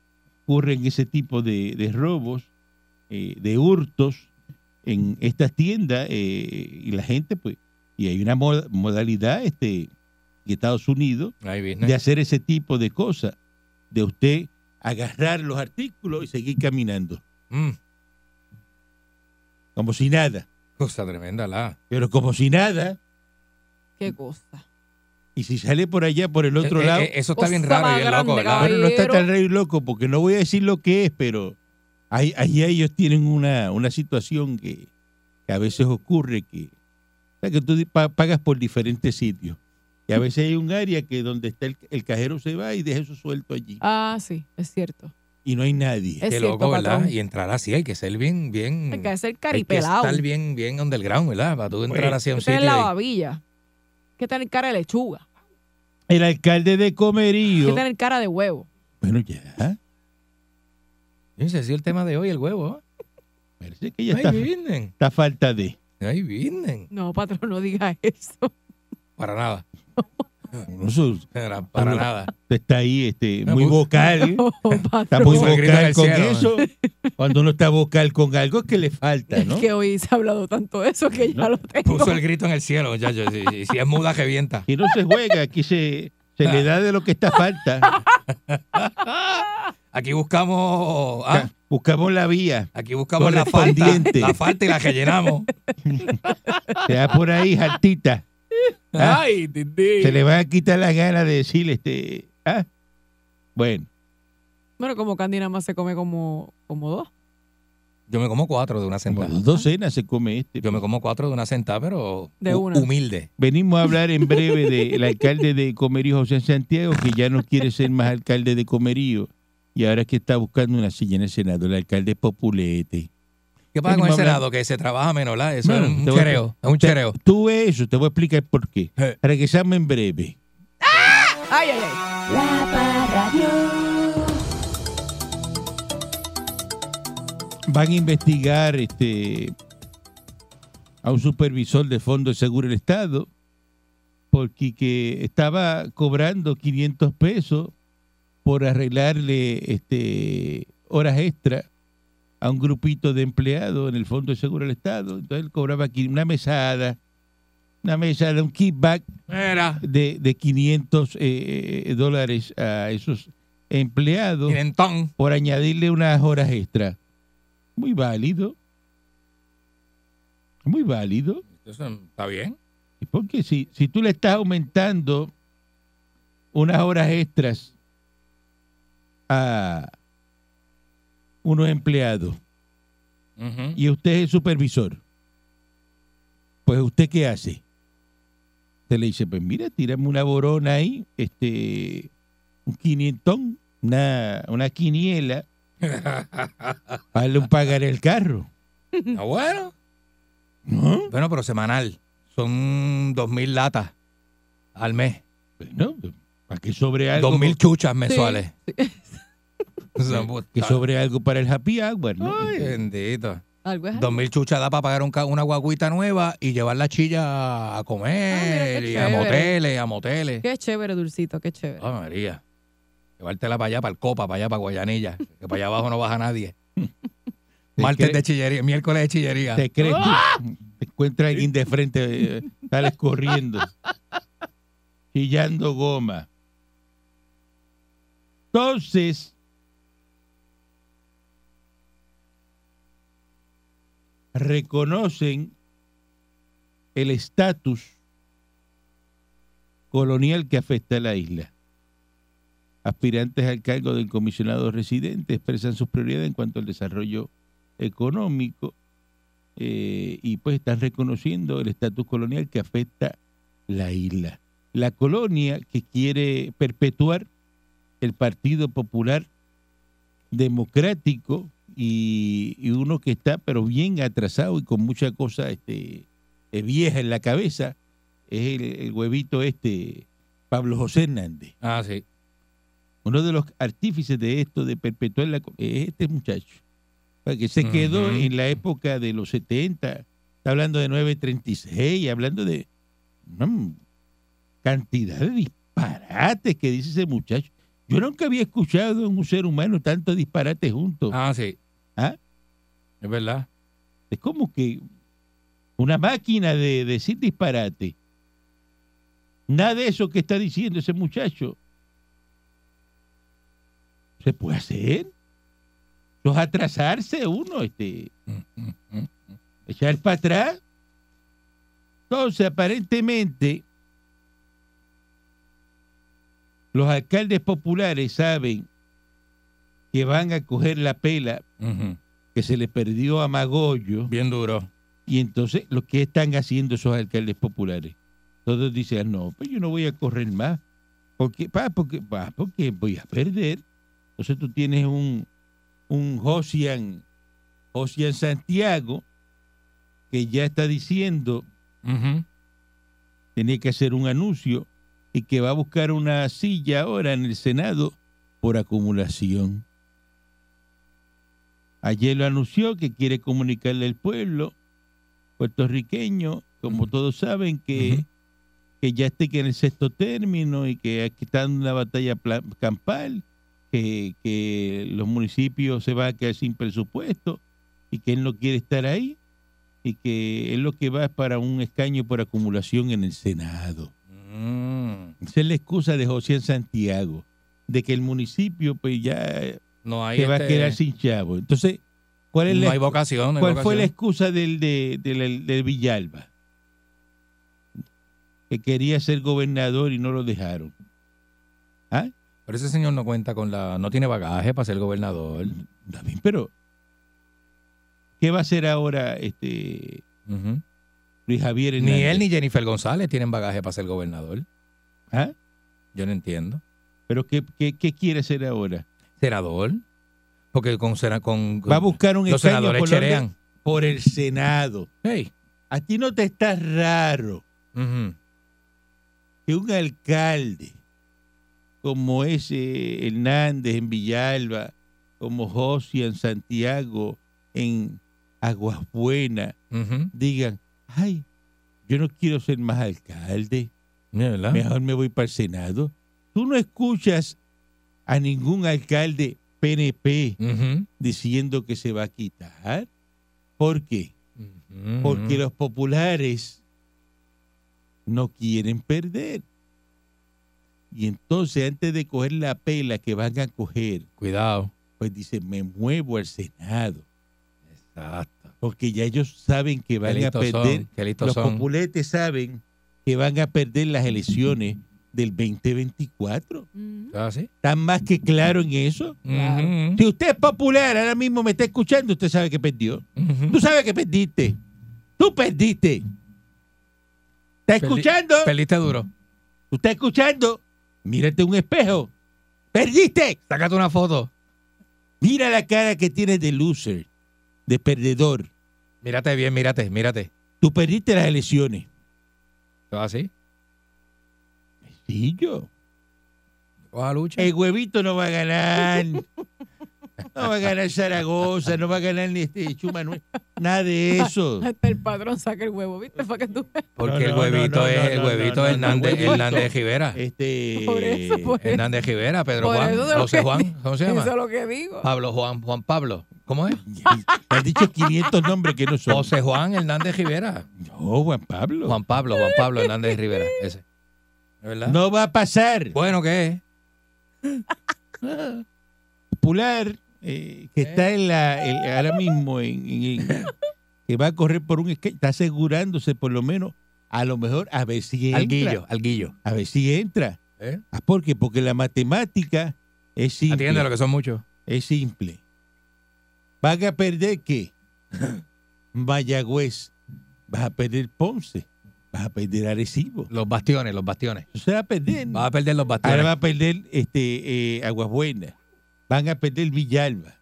Speaker 3: ocurren ese tipo de, de robos, eh, de hurtos en estas tiendas eh, y la gente, pues, y hay una mo- modalidad este, en Estados Unidos
Speaker 6: Ahí business.
Speaker 3: de hacer ese tipo de cosas, de usted agarrar los artículos y seguir caminando,
Speaker 6: Mm,
Speaker 3: como si nada,
Speaker 6: cosa tremenda la.
Speaker 3: pero como si nada,
Speaker 5: Qué cosa.
Speaker 3: y si sale por allá, por el otro
Speaker 6: Eh, eh,
Speaker 3: lado,
Speaker 6: eh, eso está bien
Speaker 5: Cosa
Speaker 6: raro y
Speaker 5: más
Speaker 6: bien
Speaker 5: grande,
Speaker 6: loco, ¿verdad?
Speaker 5: caballo.
Speaker 3: Bueno, no está
Speaker 5: Pero-
Speaker 3: tan rey loco, porque no voy a decir lo que es, pero ahí, ahí ellos tienen una, una situación que, que a veces ocurre que, o sea, que tú di- pa- pagas por diferentes sitios. Y a veces hay un área que donde está el, el cajero se va y deja eso suelto allí.
Speaker 5: Ah, sí, es cierto.
Speaker 3: Y no hay nadie.
Speaker 5: Es
Speaker 6: Qué
Speaker 5: cierto,
Speaker 6: loco, ¿verdad?
Speaker 5: patrón.
Speaker 6: Y entrar así hay que ser bien, bien.
Speaker 5: Hay que ser
Speaker 6: hay que
Speaker 5: caripelado.
Speaker 6: estar bien, bien underground, ¿verdad? Para tú entrar
Speaker 3: Bueno,
Speaker 6: hacia un
Speaker 5: que
Speaker 6: sitio.
Speaker 5: tener la
Speaker 6: y-
Speaker 5: babilla. Hay Que tener cara de lechuga.
Speaker 3: El alcalde de
Speaker 5: Hay
Speaker 3: Comerío.
Speaker 5: Que tener cara de huevo.
Speaker 3: Bueno, ya.
Speaker 6: Yo no sé si el tema de hoy, el huevo. ¿eh?
Speaker 3: Parece que ya
Speaker 6: Ahí
Speaker 3: está,
Speaker 6: vienen.
Speaker 3: está falta de.
Speaker 6: Ahí vienen.
Speaker 5: No, patrón, no diga eso.
Speaker 6: Para nada.
Speaker 3: No sé, usted
Speaker 6: Para, para nada.
Speaker 3: está ahí este,
Speaker 6: Me
Speaker 3: muy
Speaker 6: gusta.
Speaker 3: vocal.
Speaker 5: No,
Speaker 3: Está muy
Speaker 5: patrón.
Speaker 6: Puso el grito en
Speaker 3: vocal
Speaker 6: el
Speaker 3: con
Speaker 6: cielo.
Speaker 3: eso. Cuando uno está vocal con algo es que le falta,
Speaker 5: Es
Speaker 3: ¿no?
Speaker 5: que hoy se ha hablado tanto de eso que ya
Speaker 3: No.
Speaker 5: lo tengo.
Speaker 6: Puso el grito en el cielo, muchachos. Si, si- si es muda, que vienta.
Speaker 3: Y no se juega, aquí se, se le da de lo que está falta.
Speaker 6: Aquí buscamos. ah,
Speaker 3: Ca- Buscamos la vía.
Speaker 6: Aquí buscamos la falta.
Speaker 3: Correspondiente.
Speaker 6: La falta y la que llenamos.
Speaker 3: Se da por ahí, jartita. Ah.
Speaker 1: ¿Eh?
Speaker 6: Ay, Titi.
Speaker 3: Se le va a quitar las ganas de decirle este. ah. Bueno,
Speaker 5: Bueno, como Candy nada más se come como, como dos.
Speaker 6: Yo me como cuatro de una
Speaker 3: como
Speaker 6: sentada.
Speaker 3: dos cenas se come este.
Speaker 6: Yo me como cuatro de una sentada, pero
Speaker 5: De
Speaker 6: hu-
Speaker 5: una.
Speaker 6: humilde.
Speaker 3: Venimos a hablar en breve del alcalde de Comerío, José Santiago, que ya no quiere ser más alcalde de Comerío. Y ahora es que está buscando una silla en el Senado, el alcalde es Populete.
Speaker 6: ¿Qué
Speaker 3: Bueno,
Speaker 6: pasa con el
Speaker 3: vamos a hablar-
Speaker 6: Senado? Que se trabaja menos, ¿verdad? Eso
Speaker 3: Bueno,
Speaker 6: es un
Speaker 3: te voy a-
Speaker 6: chereo. Es un chereo.
Speaker 3: Tú ves eso, te voy a explicar por qué.
Speaker 6: Eh.
Speaker 3: Regresamos en breve.
Speaker 5: Ay, ay, ay.
Speaker 2: La Parradio.
Speaker 3: van a investigar este a un supervisor de Fondo de Seguro del Estado porque que estaba cobrando 500 pesos por arreglarle este horas extra a un grupito de empleados en el Fondo de Seguro del Estado. Entonces él cobraba aquí una mesada, una mesada, un kickback
Speaker 6: Mira.
Speaker 3: de, de 500 eh, dólares a esos empleados
Speaker 6: Quirentón.
Speaker 3: por añadirle unas horas extra. Muy válido. Muy válido.
Speaker 6: Eso está bien.
Speaker 3: Porque si, si tú le estás aumentando unas horas extras a unos empleados
Speaker 6: Ujú.
Speaker 3: y usted es el supervisor, pues usted qué hace? Usted le dice, pues mira, tírame una borona ahí, este, un quinientón, una, una quiniela, para darle un pagar el carro.
Speaker 6: Ah, bueno.
Speaker 3: ¿No?
Speaker 6: Bueno, pero semanal. Son dos mil latas al mes.
Speaker 3: Bueno, Pues, para que sobre algo.
Speaker 6: Dos mil chuchas mensuales. Son
Speaker 3: Que
Speaker 6: botas.
Speaker 3: sobre algo para el happy hour, ¿no?
Speaker 6: Ay, bendito.
Speaker 5: Algo es
Speaker 6: Dos mil chuchas da para pagar un ca- una guaguita nueva y llevar la chilla a
Speaker 5: Ah, mira
Speaker 6: comer
Speaker 5: qué
Speaker 6: y a
Speaker 5: chévere.
Speaker 6: moteles, a moteles.
Speaker 5: Qué chévere, Dulcito, qué chévere.
Speaker 3: Ah.
Speaker 6: Ay, María. Llevártela para allá, para el Copa, para allá, para Guayanilla. Que para allá abajo no baja nadie. Martes de chillería, miércoles de chillería.
Speaker 3: Te crees que te encuentra alguien de frente, eh, sales corriendo, chillando goma. Entonces, reconocen el estatus colonial que afecta a la isla. Aspirantes al cargo del comisionado residente expresan sus prioridades en cuanto al desarrollo económico eh, y pues están reconociendo el estatus colonial que afecta la isla. La colonia que quiere perpetuar el Partido Popular Democrático y, y uno que está pero bien atrasado y con mucha cosa este, eh, vieja en la cabeza es el, el huevito este Pablo José Hernández.
Speaker 6: Ah, sí.
Speaker 3: Uno de los artífices de esto, de perpetuar la... co- es este muchacho, para que se quedó
Speaker 6: Ujú.
Speaker 3: en la época de los 70, está hablando de 936, hablando de mm, cantidad de disparates que dice ese muchacho. Yo nunca había escuchado a un ser humano tanto disparate juntos.
Speaker 6: Ah, sí.
Speaker 3: ¿Ah?
Speaker 6: Es verdad.
Speaker 3: Es como que una máquina de decir disparate. Nada de eso que está diciendo ese muchacho se puede hacer. Eso es atrasarse uno, este, echar para atrás. Entonces, aparentemente, los alcaldes populares saben que van a coger la pela
Speaker 6: Ujú.
Speaker 3: que se le perdió a Magollo.
Speaker 6: Bien duro.
Speaker 3: Y entonces, lo que están haciendo esos alcaldes populares, todos dicen, "Ah, no, pues yo no voy a correr más, porque, pa, porque, pa, porque voy a perder. Entonces tú tienes un, un Josian, Josian Santiago, que ya está diciendo,
Speaker 6: Ujú.
Speaker 3: tenía que hacer un anuncio, y que va a buscar una silla ahora en el Senado por acumulación. Ayer lo anunció que quiere comunicarle al pueblo puertorriqueño, como
Speaker 6: Ujú.
Speaker 3: todos saben, que,
Speaker 6: Ujú.
Speaker 3: que ya esté que en el sexto término y que aquí está en una batalla pla- campal, que, que los municipios se van a quedar sin presupuesto y que él no quiere estar ahí y que él lo que va es para un escaño por acumulación en el Senado.
Speaker 6: Mm.
Speaker 3: Esa es la excusa de José Santiago, de que el municipio pues ya
Speaker 6: No hay.
Speaker 3: se va a
Speaker 6: este,
Speaker 3: quedar sin chavo. Entonces, ¿cuál, es
Speaker 6: no
Speaker 3: la,
Speaker 6: hay vocación. no hay
Speaker 3: cuál fue la
Speaker 6: vocación.
Speaker 3: excusa del, de, del- del Villalba? Que quería ser gobernador y no lo dejaron. ¿Ah?
Speaker 6: Pero ese señor no cuenta con la. No tiene bagaje para ser gobernador.
Speaker 3: Está bien, Mm, Pero, ¿qué va a hacer ahora este
Speaker 6: Ujú.
Speaker 3: Luis Javier
Speaker 6: Ni
Speaker 3: Hernández?
Speaker 6: él ni Jennifer González tienen bagaje para ser gobernador.
Speaker 3: ¿Ah?
Speaker 6: Yo no entiendo.
Speaker 3: ¿Pero qué, qué, qué quiere hacer ahora?
Speaker 6: senador. Porque con, sena- con, con-
Speaker 3: Va a buscar un
Speaker 6: los
Speaker 3: escaño
Speaker 6: senadores
Speaker 3: por, la-
Speaker 6: cherean.
Speaker 3: por el Senado.
Speaker 6: Hey.
Speaker 3: A ti no te está raro
Speaker 6: Ujú.
Speaker 3: que un alcalde como ese Hernández en Villalba, como José en Santiago, en Aguas Buenas,
Speaker 6: Ujú.
Speaker 3: digan, ay, yo no quiero ser más alcalde,
Speaker 6: Ya, ¿verdad?
Speaker 3: mejor me voy para el Senado. Tú no escuchas a ningún alcalde PNP
Speaker 6: Ujú.
Speaker 3: diciendo que se va a quitar. ¿Por qué?
Speaker 6: Ujú.
Speaker 3: Porque los populares no quieren perder. Y entonces antes de coger la pela que van a coger,
Speaker 6: Cuidado.
Speaker 3: pues dicen, me muevo al Senado.
Speaker 6: Exacto.
Speaker 3: Porque ya ellos saben que
Speaker 6: Qué
Speaker 3: van a
Speaker 6: listos
Speaker 3: perder.
Speaker 6: son. Qué listos
Speaker 3: Los
Speaker 6: son.
Speaker 3: populetes saben que van a perder las elecciones del 2024.
Speaker 5: Mm.
Speaker 6: Ah, sí.
Speaker 3: ¿Están más que claro en eso?
Speaker 6: Ujú.
Speaker 3: Si usted es popular, ahora mismo me está escuchando, usted sabe que perdió.
Speaker 6: Ujú.
Speaker 3: Tú sabes que perdiste. Tú perdiste. ¿Está
Speaker 6: Perdi-
Speaker 3: escuchando?
Speaker 6: Perdiste duro.
Speaker 3: ¿Tú estás escuchando? Mírate un espejo. ¡Perdiste!
Speaker 6: Sácate una foto.
Speaker 3: Mira la cara que tienes de loser, de perdedor.
Speaker 6: Mírate bien, mírate, mírate.
Speaker 3: Tú perdiste las elecciones.
Speaker 6: ¿Todo así?
Speaker 3: Sí, yo.
Speaker 6: Coja lucha.
Speaker 3: El huevito no va a ganar. No va a ganar Zaragoza, no va a ganar ni este Chumanuel. Nada de eso.
Speaker 5: Hasta el patrón saca el huevo, ¿viste? Para que tú
Speaker 3: No,
Speaker 6: Porque el
Speaker 3: no,
Speaker 6: huevito
Speaker 3: no, no,
Speaker 6: es
Speaker 3: no,
Speaker 6: el
Speaker 3: no,
Speaker 6: huevito
Speaker 3: no, no,
Speaker 6: Hernández,
Speaker 3: huevito.
Speaker 6: Hernández Rivera.
Speaker 3: Este,
Speaker 5: Por eso, por eso.
Speaker 6: Hernández Rivera, Pedro
Speaker 5: Por
Speaker 6: Juan,
Speaker 5: eso es lo
Speaker 6: José
Speaker 5: que-
Speaker 6: Juan, ¿cómo se llama?
Speaker 5: Eso es lo que digo.
Speaker 3: Ah,
Speaker 6: Pablo Juan, Juan Pablo. ¿Cómo es?
Speaker 3: Me han dicho 500 nombres que no son.
Speaker 6: José Juan Hernández Rivera.
Speaker 3: No, Juan Pablo.
Speaker 6: Juan Pablo, Juan Pablo Hernández Rivera, ese. ¿Verdad?
Speaker 3: No va a pasar.
Speaker 6: Bueno, ¿qué
Speaker 3: popular eh, que está en la, el- ahora mismo en, en- en- que va a correr por un esquema, está asegurándose por lo menos, a lo mejor a ver si
Speaker 6: es?
Speaker 3: entra.
Speaker 6: Alguillo, alguillo.
Speaker 3: A ver si entra.
Speaker 6: ¿Eh?
Speaker 3: Ah, ¿Por qué? Porque la matemática es
Speaker 6: Atiende lo
Speaker 3: simple.
Speaker 6: que son muchos.
Speaker 3: Es simple. ¿Van a perder qué? Mayagüez. Vas a perder Ponce. Vas a perder Arecibo.
Speaker 6: Los bastiones, los bastiones.
Speaker 3: Se va a perder.
Speaker 6: Vas a perder los
Speaker 3: Ahora
Speaker 6: bastiones.
Speaker 3: va a perder este, eh, Aguas Buenas. Van a perder Villalba.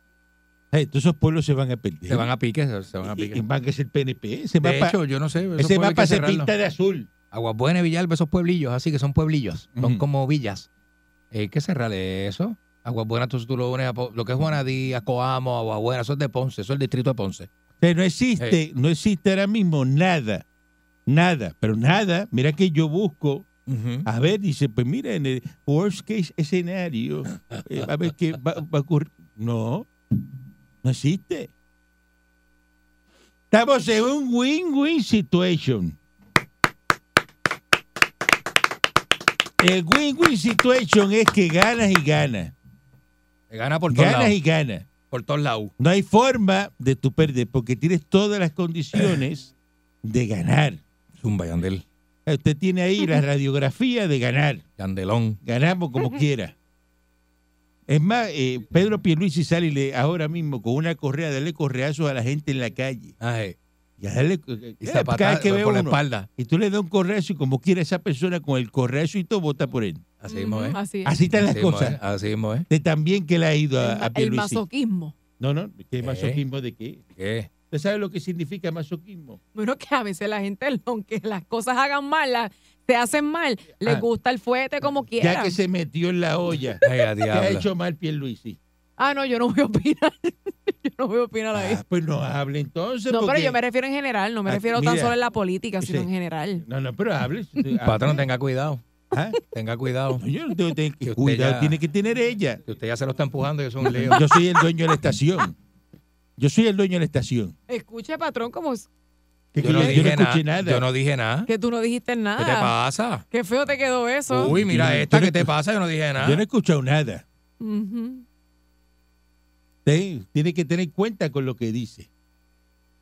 Speaker 3: Eh, Todos esos pueblos se van a perder.
Speaker 6: se van a pique, se, se van a
Speaker 3: Y-
Speaker 6: pique.
Speaker 3: y van a ser PNP. Se
Speaker 6: de
Speaker 3: va
Speaker 6: hecho, yo no sé. esos
Speaker 3: ese
Speaker 6: pueblos hay
Speaker 3: mapa
Speaker 6: que
Speaker 3: se
Speaker 6: cerrarlos.
Speaker 3: pinta de azul.
Speaker 6: Aguas Buenas, Villalba, esos pueblillos, así que son pueblillos, son
Speaker 3: Ujú.
Speaker 6: como villas. Hay que cerrarle eso. Aguas Buenas, tú, tú lo unes a Po- lo que es Juanadí, a Coamo, Aguas Buenas, eso es de Ponce, eso es el distrito de Ponce.
Speaker 3: O sea, no existe, no existe ahora mismo nada. Nada, pero nada. Mira que yo busco.
Speaker 6: Ah,
Speaker 3: A ver, dice, pues mira, en el worst case escenario, eh, a ver qué va, va a ocurrir. No, no existe. Estamos en un win-win situation. El win-win situation es que ganas y ganas.
Speaker 6: Se Gana por todos
Speaker 3: Ganas
Speaker 6: lados.
Speaker 3: y ganas.
Speaker 6: Por todos lados.
Speaker 3: No hay forma de tu perder porque tienes todas las condiciones de ganar.
Speaker 6: Zumba, Yandel.
Speaker 3: Usted tiene ahí la radiografía de ganar.
Speaker 6: Yandelón.
Speaker 3: ganamos como quiera. Es más, eh, Pedro Pierluisi sale y le- ahora mismo con una correa, darle correazos a la gente en la calle.
Speaker 6: Ay,
Speaker 3: Y, a darle,
Speaker 6: y
Speaker 3: eh, cada
Speaker 6: zapatada
Speaker 3: vez que ve
Speaker 6: por la
Speaker 3: uno,
Speaker 6: espalda.
Speaker 3: y tú le das un correazo y como quiera esa persona con el correazo y todo vota por él.
Speaker 6: Así mismo es.
Speaker 5: Ujú, Así es.
Speaker 3: ¿eh? Así están las
Speaker 6: Así mismo
Speaker 3: cosas.
Speaker 6: es, Así mismo es.
Speaker 3: De también que le ha ido a,
Speaker 5: El,
Speaker 3: a
Speaker 5: ma- el
Speaker 3: Pierluisi.
Speaker 5: masoquismo.
Speaker 3: No, no, ¿qué
Speaker 6: Eh.
Speaker 3: masoquismo de qué?
Speaker 6: ¿Qué?
Speaker 3: ¿Usted sabe lo que significa masoquismo?
Speaker 5: Bueno, que a veces la gente, aunque las cosas hagan mal, las- te hacen mal, les
Speaker 3: Ah.
Speaker 5: gusta el fuete como
Speaker 3: Ya
Speaker 5: quiera.
Speaker 3: que se metió en la olla.
Speaker 6: Ay, a
Speaker 3: ¿Qué ha
Speaker 6: diablo.
Speaker 3: hecho mal Pierluisi?
Speaker 5: Ah, no, yo no voy a opinar. yo no voy a opinar ahí.
Speaker 3: Ah, pues no hable entonces.
Speaker 5: no, pero
Speaker 3: porque-
Speaker 5: yo me refiero en general, no me
Speaker 3: Ah,
Speaker 5: refiero tan
Speaker 3: mira.
Speaker 5: solo en la política, sino
Speaker 3: Sí.
Speaker 5: en general.
Speaker 3: No, no, pero hable.
Speaker 6: Patrón, tenga cuidado.
Speaker 3: Ah.
Speaker 6: Tenga cuidado.
Speaker 3: No, yo no tengo tengo
Speaker 6: Que
Speaker 3: que
Speaker 6: usted
Speaker 3: cuidar,
Speaker 6: ya-
Speaker 3: tiene que tener ella.
Speaker 6: Que usted ya se lo está empujando y eso es un lío.
Speaker 3: Yo soy el dueño de la estación. Yo soy el dueño de la estación.
Speaker 5: Escuche, patrón, como es-
Speaker 3: Que- que
Speaker 6: Yo no
Speaker 3: yo, yo no
Speaker 6: dije
Speaker 3: escuché
Speaker 6: nada.
Speaker 3: nada.
Speaker 6: Yo no dije nada.
Speaker 5: que tú no dijiste
Speaker 6: ¿Qué te
Speaker 5: nada.
Speaker 6: pasa?
Speaker 5: Qué feo te quedó eso.
Speaker 6: Uy,
Speaker 3: Yo
Speaker 6: mira
Speaker 3: no-
Speaker 6: esta,
Speaker 3: yo no-
Speaker 6: ¿qué te pasa? Yo no dije nada.
Speaker 3: Yo no he escuchado nada.
Speaker 6: Uh.
Speaker 5: Ujú.
Speaker 3: Usted tiene que tener cuenta con lo que dice.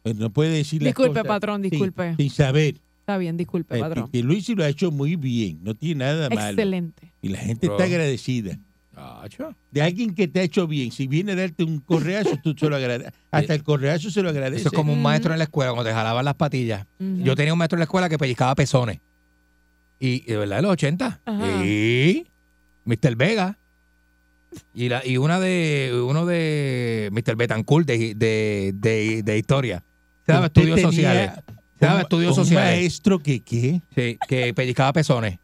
Speaker 3: Pues no puede decir las
Speaker 5: Disculpe,
Speaker 3: cosas
Speaker 5: patrón,
Speaker 3: sin-
Speaker 5: disculpe.
Speaker 3: Sin, saber. Eh,
Speaker 5: Está bien, disculpe, patrón.
Speaker 3: Que Luis lo ha hecho muy bien. No tiene nada malo.
Speaker 5: Excelente.
Speaker 3: Y la gente
Speaker 6: Bro.
Speaker 3: está agradecida.
Speaker 6: Tacho.
Speaker 3: De alguien que te ha hecho bien. Si viene a darte un correazo, tú se lo agradeces. Hasta el correazo se lo agradece.
Speaker 6: Eso es como un
Speaker 5: Ujú.
Speaker 6: maestro en la escuela, cuando te jalaban las patillas.
Speaker 3: Mm.
Speaker 5: Ujú.
Speaker 6: Yo tenía un maestro en la escuela que pellizcaba pezones. Y, y de verdad, de los 80.
Speaker 5: Ajá.
Speaker 6: Y Mr. Vega. Y, la, y una de uno de Mr. Betancourt de, de, de, de historia. Se daba
Speaker 3: Usted
Speaker 6: estudios
Speaker 3: tenía
Speaker 6: sociales. Se daba
Speaker 3: un-
Speaker 6: estudios
Speaker 3: un
Speaker 6: sociales.
Speaker 3: maestro que qué?
Speaker 6: Sí, que pellizcaba pezones.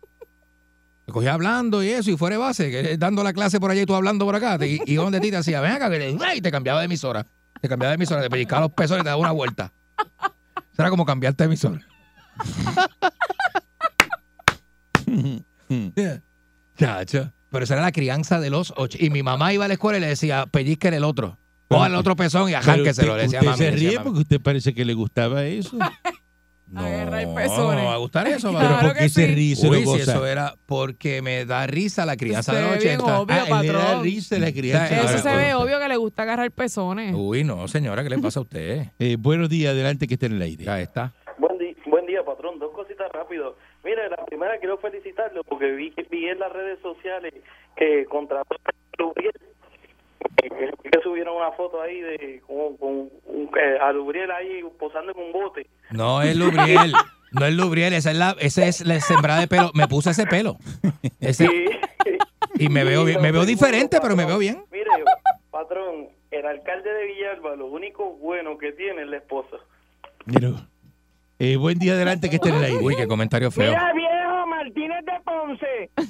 Speaker 6: Me cogía hablando y eso, y fuera de base, que, eh, dando la clase por allá y tú hablando por acá. Te- y donde ti te hacía, ven acá, que le- y te cambiaba de emisora. Te cambiaba de emisora, te pellizcaba los pezones y te daba una vuelta. Eso Era como cambiarte de emisora. Chacho. Pero esa era la crianza de los ocho. Y mi mamá iba a la escuela y le decía, pellizquen el otro. Coja el otro pezón y
Speaker 3: Pero
Speaker 6: ajánqueselo. Le
Speaker 3: usted,
Speaker 6: decía,
Speaker 3: usted
Speaker 6: mami,
Speaker 3: se
Speaker 6: le decía,
Speaker 3: ríe
Speaker 6: mami.
Speaker 3: porque usted parece que le gustaba eso.
Speaker 6: No,
Speaker 5: Agarrar
Speaker 6: no
Speaker 5: pezones.
Speaker 6: va a gustar eso,
Speaker 5: eh. Claro
Speaker 6: mami.
Speaker 3: Pero ¿por
Speaker 5: que
Speaker 3: qué se
Speaker 5: sí.
Speaker 3: ríe y se
Speaker 6: Uy,
Speaker 3: lo
Speaker 6: si
Speaker 3: goza?
Speaker 6: eso era porque me da risa la crianza
Speaker 5: Se
Speaker 6: de los
Speaker 5: ve bien
Speaker 6: 80.
Speaker 5: obvio.
Speaker 3: Ah, él le da
Speaker 5: patrón.
Speaker 3: risa la crianza.
Speaker 6: Eso
Speaker 5: Eso
Speaker 6: Ahora,
Speaker 5: se ve
Speaker 6: bueno.
Speaker 5: obvio que le gusta agarrar pezones.
Speaker 6: Uy, no, señora, ¿qué le pasa a usted?
Speaker 3: Eh, buenos días, adelante que está en el aire.
Speaker 6: Ya está.
Speaker 4: Buen, di- buen día, patrón. Dos cositas rápido. Mire, la primera quiero felicitarlo porque vi, que- vi en las redes sociales que contrató a Lubriel. Eh, Que subieron una foto ahí de con, con un, eh, a Lubriel ahí posando en un bote.
Speaker 6: No es Lubriel. No es Lubriel, esa es la, esa es la sembrada de pelo. Me puse ese pelo. Ese- y me veo bien, me veo diferente, pero me veo bien.
Speaker 4: Mire, patrón, el alcalde de Villalba, lo único bueno que tiene es la esposa.
Speaker 3: Pero, eh, buen día, adelante que está en el aire.
Speaker 6: Uy, qué comentario feo.
Speaker 4: viejo Martínez de Ponce.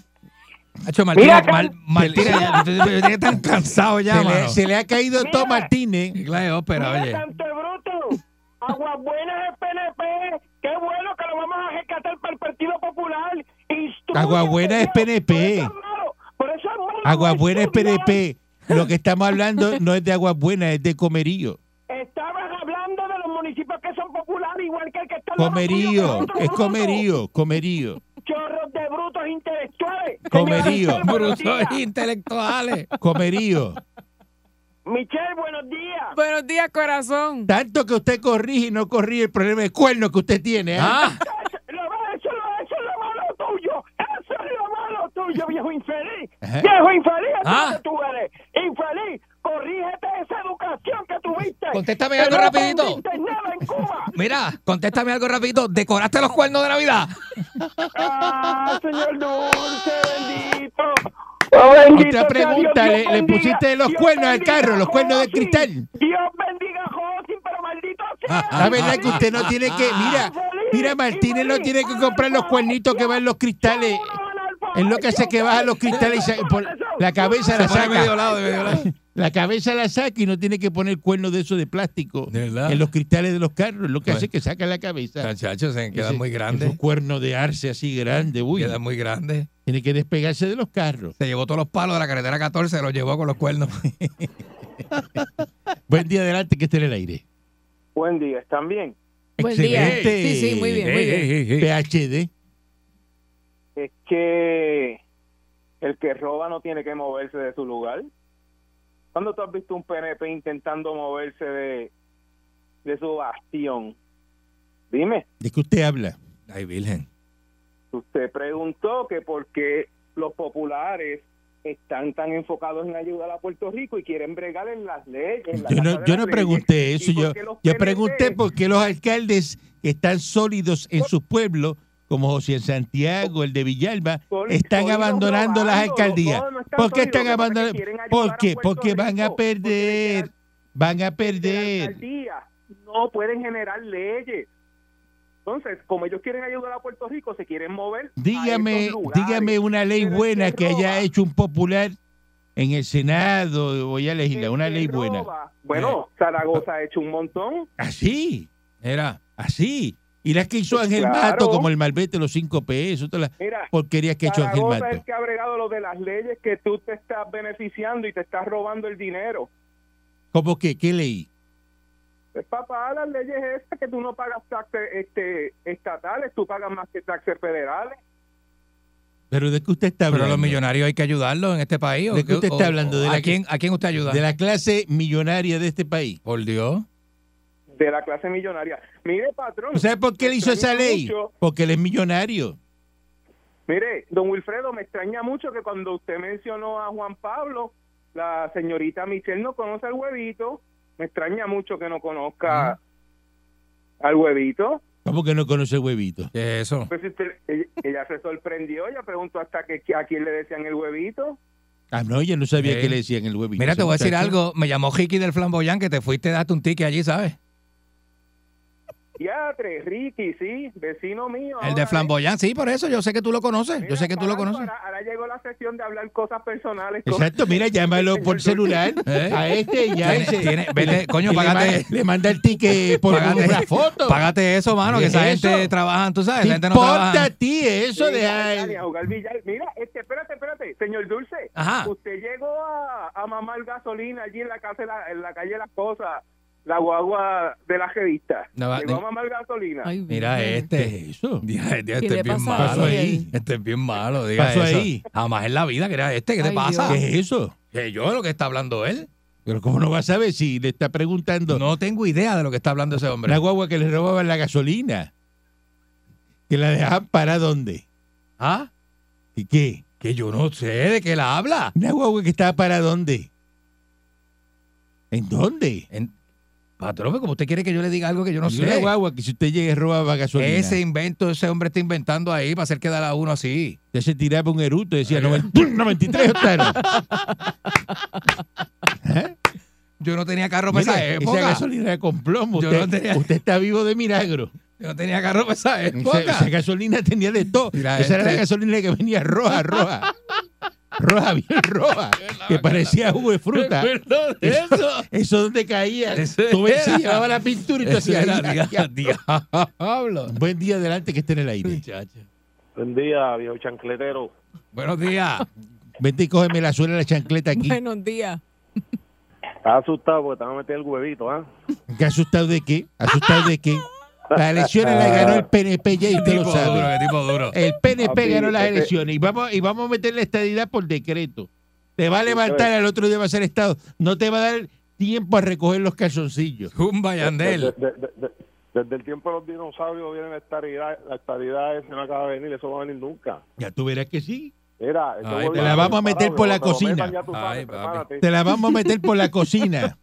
Speaker 6: Hacho Martínez,
Speaker 4: mira,
Speaker 6: Mar- Martínez, ya, yo estoy tan cansado ya,
Speaker 3: se, le,
Speaker 6: mano.
Speaker 3: se le ha caído todo Martínez.
Speaker 6: Claro, de ópera, oye.
Speaker 4: Bruto. Aguas buenas PNP. Qué bueno que lo vamos a rescatar para el Partido Popular.
Speaker 3: Aguabuena es PNP. Aguabuena es PNP. Lo que estamos hablando no es de Aguabuena, es de Comerío.
Speaker 4: Estabas hablando de los municipios que son populares, igual que el que está al lado tuyo,
Speaker 3: Comerío,
Speaker 4: que
Speaker 3: es
Speaker 4: otro bruto.
Speaker 3: Comerío, Comerío,
Speaker 4: Chorros de brutos intelectuales.
Speaker 3: Comerío.
Speaker 4: Señora Michelle, buenos
Speaker 6: Brutos
Speaker 4: días.
Speaker 6: intelectuales.
Speaker 3: Comerío.
Speaker 4: Michelle, buenos días.
Speaker 5: Buenos días, corazón.
Speaker 3: Tanto que usted corrige y no corrige el problema de cuerno que usted tiene. ¿ah?
Speaker 6: Ah,
Speaker 4: Eso, lo- eso lo- eso es lo malo tuyo. Eso es lo malo tuyo, viejo infeliz.
Speaker 3: Ajá.
Speaker 4: Viejo infeliz, eso es
Speaker 6: Ah.
Speaker 4: lo que tú eres. Infeliz, corrígete esa educación que tuviste.
Speaker 6: Contéstame
Speaker 4: Que
Speaker 6: algo
Speaker 4: no
Speaker 6: rapidito.
Speaker 4: aprendiste nada en Cuba.
Speaker 6: mira, contéstame algo rapidito. ¿Decoraste los cuernos de Navidad?
Speaker 4: Ah, señor dulce, bendito. Oh, bendito
Speaker 3: Otra
Speaker 4: sea
Speaker 3: pregunta,
Speaker 4: Dios,
Speaker 3: ¿le-
Speaker 4: Dios
Speaker 3: le
Speaker 4: bendiga.
Speaker 3: pusiste los
Speaker 4: Dios
Speaker 3: cuernos al
Speaker 4: bendiga
Speaker 3: carro, los
Speaker 4: a
Speaker 3: cuernos de
Speaker 4: Josin.
Speaker 3: cristal? Ah,
Speaker 4: Dios bendiga a Josin, pero maldito sea.
Speaker 3: La verdad es que usted no tiene que, mira, mira Martínez no tiene que comprar los cuernitos que van en los cristales. Es lo que hace que baja los cristales y sa- por- la cabeza la
Speaker 6: Se pone medio
Speaker 3: saca.
Speaker 6: lado, de medio lado.
Speaker 3: La cabeza la saca y no tiene que poner cuernos de eso de plástico
Speaker 6: ¿De verdad? Pues,
Speaker 3: en los cristales de los carros. Es Lo que
Speaker 6: Bueno.
Speaker 3: hace que saca la cabeza.
Speaker 6: Muchachos, se quedan
Speaker 3: Ese-
Speaker 6: muy grandes.
Speaker 3: esos cuernos de arce así grande, uy.
Speaker 6: Quedan muy grandes.
Speaker 3: Tiene que despegarse de los carros.
Speaker 6: Se llevó todos los palos de la carretera 14, se los llevó con los cuernos.
Speaker 3: Buen día adelante que esté en el aire.
Speaker 4: Buen día, ¿están bien?
Speaker 5: Buen día.
Speaker 3: Excelente.
Speaker 5: Sí, sí, muy bien, muy bien.
Speaker 3: PhD.
Speaker 4: Es que el que roba no tiene que moverse de su lugar. ¿Cuándo tú has visto un PNP intentando moverse de, de su bastión? Dime.
Speaker 3: ¿De qué usted habla?
Speaker 6: Ay, virgen.
Speaker 4: Usted preguntó que por qué los populares están tan enfocados en ayudar a Puerto Rico y quieren bregar en las leyes. en la
Speaker 3: Yo
Speaker 4: Casa
Speaker 3: no,
Speaker 4: de
Speaker 3: yo no
Speaker 4: las Leyes.
Speaker 3: pregunté
Speaker 4: ¿Y
Speaker 3: eso.
Speaker 4: por
Speaker 3: Yo,
Speaker 4: qué los
Speaker 3: yo
Speaker 4: PNP?
Speaker 3: pregunté por qué los alcaldes que están sólidos en sus pueblos, como José Santiago, el de Villalba,
Speaker 4: Son-
Speaker 3: están
Speaker 4: son
Speaker 3: abandonando
Speaker 4: robando,
Speaker 3: las
Speaker 4: no,
Speaker 3: alcaldías.
Speaker 4: no, no están
Speaker 3: ¿Por qué
Speaker 4: sólidos,
Speaker 3: están
Speaker 4: lo que pasa es que
Speaker 3: abandonando?
Speaker 4: quieren ayudar
Speaker 3: ¿Por
Speaker 4: a
Speaker 3: qué?
Speaker 4: Puerto
Speaker 3: Porque van a
Speaker 4: Rico, porque
Speaker 3: perder. Van a
Speaker 4: de
Speaker 3: perder.
Speaker 4: alcaldía no pueden generar leyes. Entonces, como ellos quieren ayudar a Puerto Rico, se quieren mover. a
Speaker 3: Dígame,
Speaker 4: esos lugares.
Speaker 3: dígame una ley
Speaker 4: Pero el
Speaker 3: buena
Speaker 4: que
Speaker 3: que haya
Speaker 4: roba-
Speaker 3: hecho un popular en el Senado o ya
Speaker 4: el
Speaker 3: legisla, una
Speaker 4: que
Speaker 3: ley buena. Eh,
Speaker 4: roba- Bueno, Zaragoza ha hecho un montón.
Speaker 3: Así.
Speaker 6: Mira,
Speaker 3: Así. Y las que hizo Ángel
Speaker 4: Claro.
Speaker 3: Mato, como el malvete, los cinco pesos, todas las
Speaker 4: Mira,
Speaker 3: porquerías que ha hecho Ángel
Speaker 4: Zaragoza es el
Speaker 3: Mato.
Speaker 4: que ha bregado lo de las leyes que tú te estás beneficiando y te estás robando el dinero.
Speaker 3: ¿Cómo que? ¿Qué leí?
Speaker 4: Pues, papá, las leyes esas que tú no pagas taxes este, estatales, tú pagas más que taxes federales.
Speaker 3: ¿Pero de qué usted está hablando?
Speaker 6: pero los millonarios hay que ayudarlos en este país. ¿o
Speaker 3: ¿De qué usted está hablando? ¿De
Speaker 6: ¿A,
Speaker 3: la-
Speaker 6: quién, ¿A quién usted ayuda?
Speaker 3: De la clase millonaria de este país.
Speaker 6: Por Dios.
Speaker 4: de la clase millonaria. Mire, patrón.
Speaker 3: ¿Sabe por qué
Speaker 4: me
Speaker 3: le hizo esa
Speaker 4: extraña
Speaker 3: ley?
Speaker 4: mucho-
Speaker 3: Porque él es millonario.
Speaker 4: Mire, don Wilfredo, me extraña mucho que cuando usted mencionó a Juan Pablo, la señorita Michelle no conoce al huevito. Me extraña mucho que no conozca al huevito.
Speaker 3: ¿Cómo que no conoce el huevito?
Speaker 6: ¿Qué es eso?
Speaker 4: Pues si usted- ella, ella se sorprendió, ella preguntó hasta que, a quién le decían el huevito.
Speaker 3: Ah, no, yo no sabía
Speaker 6: Sí.
Speaker 3: que le decían el huevo.
Speaker 6: Eh. Mira, te voy a decir
Speaker 3: Muchacho.
Speaker 6: algo. Me llamó Ricky del Flamboyán que te fuiste, daste un ticket allí, ¿sabes?
Speaker 7: Yatre, Ricky, sí, vecino mío.
Speaker 6: El de
Speaker 7: ahora, ¿eh?
Speaker 6: Flamboyán, sí, por eso. Yo sé que tú lo conoces.
Speaker 7: Mira,
Speaker 6: Yo sé que tú lo
Speaker 7: Palanco,
Speaker 6: conoces.
Speaker 7: Ahora, ahora llegó la sesión de hablar cosas personales. con-
Speaker 3: Exacto, mira, llámalo por celular
Speaker 6: ¿Eh?
Speaker 3: a este ya
Speaker 6: Tiene-
Speaker 3: ese.
Speaker 6: tiene- vete, coño,
Speaker 3: Y le
Speaker 6: págate.
Speaker 3: ma- Le manda el ticket por
Speaker 6: Págate.
Speaker 3: una foto.
Speaker 6: Págate eso, mano,
Speaker 3: ¿Qué
Speaker 6: que
Speaker 3: es
Speaker 6: esa gente
Speaker 3: eso?
Speaker 6: trabaja, tú sabes,
Speaker 3: ¿Te
Speaker 6: la gente no
Speaker 3: importa a
Speaker 6: trabaja.
Speaker 3: ti eso?
Speaker 7: Sí,
Speaker 3: Deja
Speaker 7: dale,
Speaker 3: el-
Speaker 7: a jugar billar. Mira, este, espérate, espérate, señor Dulce.
Speaker 6: Ajá.
Speaker 7: Usted llegó a, a mamar gasolina allí en la, casa, de la- en la calle Las Cosas, la guagua de la revista.
Speaker 6: No va-
Speaker 7: llegó
Speaker 6: de-
Speaker 7: a mamar gasolina.
Speaker 5: Ay,
Speaker 6: Mira
Speaker 5: Virgen.
Speaker 3: ¿Qué
Speaker 6: este.
Speaker 3: es eso?
Speaker 6: Diga, este este
Speaker 5: le
Speaker 6: es bien
Speaker 5: pasa
Speaker 3: a
Speaker 6: malo.
Speaker 3: él?
Speaker 6: Este es bien malo, diga
Speaker 3: Pasó
Speaker 6: eso.
Speaker 3: ahí.
Speaker 6: Jamás en la vida que era este. ¿Qué te
Speaker 5: Ay,
Speaker 6: pasa?
Speaker 5: Dios.
Speaker 3: ¿Qué es eso?
Speaker 6: Que yo lo que está hablando él.
Speaker 3: Pero ¿cómo no vas a saber si le está preguntando
Speaker 6: No tengo idea de lo que está hablando ese hombre.
Speaker 3: la guagua que le robaban la gasolina? ¿Que la dejaban para dónde?
Speaker 6: ¿Ah?
Speaker 3: ¿Y qué?
Speaker 6: Que yo no sé de qué la habla.
Speaker 3: ¿Una guagua que estaba para dónde? ¿En dónde?
Speaker 6: En- Patrón, como usted quiere que yo le diga algo que yo no
Speaker 3: Una
Speaker 6: sé.
Speaker 3: guagua que si usted llega y robaba gasolina.
Speaker 6: Ese invento, ese hombre está inventando ahí para hacer quedar a uno así.
Speaker 3: Ya se tiraba un eruto y decía, "Noven- 93 octanos.
Speaker 6: Yo no tenía carro para
Speaker 3: Mira,
Speaker 6: esa
Speaker 3: esa
Speaker 6: época.
Speaker 3: gasolina era con plomo.
Speaker 6: Yo
Speaker 3: Usted,
Speaker 6: no tenía-
Speaker 3: usted está vivo de milagro.
Speaker 6: Yo no tenía carro para esa
Speaker 3: Esa,
Speaker 6: época.
Speaker 3: esa gasolina tenía de todo.
Speaker 6: Mira,
Speaker 3: esa era la
Speaker 6: este-
Speaker 3: gasolina que venía roja, roja. roja, bien roja. Que parecía jugo de fruta.
Speaker 6: Perdón, eso.
Speaker 3: Eso donde caía.
Speaker 6: Eso
Speaker 3: Tú ves
Speaker 6: era.
Speaker 3: si llevaba la pintura y tú
Speaker 6: Eso
Speaker 3: hacías.
Speaker 6: era
Speaker 3: ya, ya.
Speaker 6: diablo.
Speaker 3: Buen día adelante que esté en el aire.
Speaker 6: Muchacho.
Speaker 8: Buen día, viejo chancletero.
Speaker 6: Buenos días.
Speaker 3: Vete y cógeme la suela de la chancleta aquí.
Speaker 5: Buenos días.
Speaker 8: Estás asustado porque te van a meter el huevito, ¿ah?
Speaker 3: ¿Qué asustado de qué? ¿Asustado de qué? Las elecciones las ganó el PNP ya y usted
Speaker 6: tipo
Speaker 3: lo sabe. Eh.
Speaker 6: duro, qué tipo duro.
Speaker 3: El PNP
Speaker 8: Papi,
Speaker 3: ganó las
Speaker 8: este-
Speaker 3: elecciones y vamos, y vamos a meter la estadidad por decreto. Te va a levantar, al otro día va a ser Estado. No te va a dar tiempo a recoger los calzoncillos.
Speaker 6: Jumba Yandel.
Speaker 8: Desde, desde- desde- desde el tiempo de los dinosaurios viene la estabilidad, la estabilidad esa no acaba de venir, eso no va a venir nunca.
Speaker 3: Ya tú verás que sí.
Speaker 8: Mira,
Speaker 6: Ay,
Speaker 8: huevito
Speaker 6: te la
Speaker 3: vamos a meter
Speaker 8: preparado,
Speaker 3: por la
Speaker 8: cuando te lo
Speaker 3: cocina.
Speaker 8: metan, ya tú sabes,
Speaker 6: Ay, papi.
Speaker 8: prepárate.
Speaker 3: Te la vamos a meter por la cocina.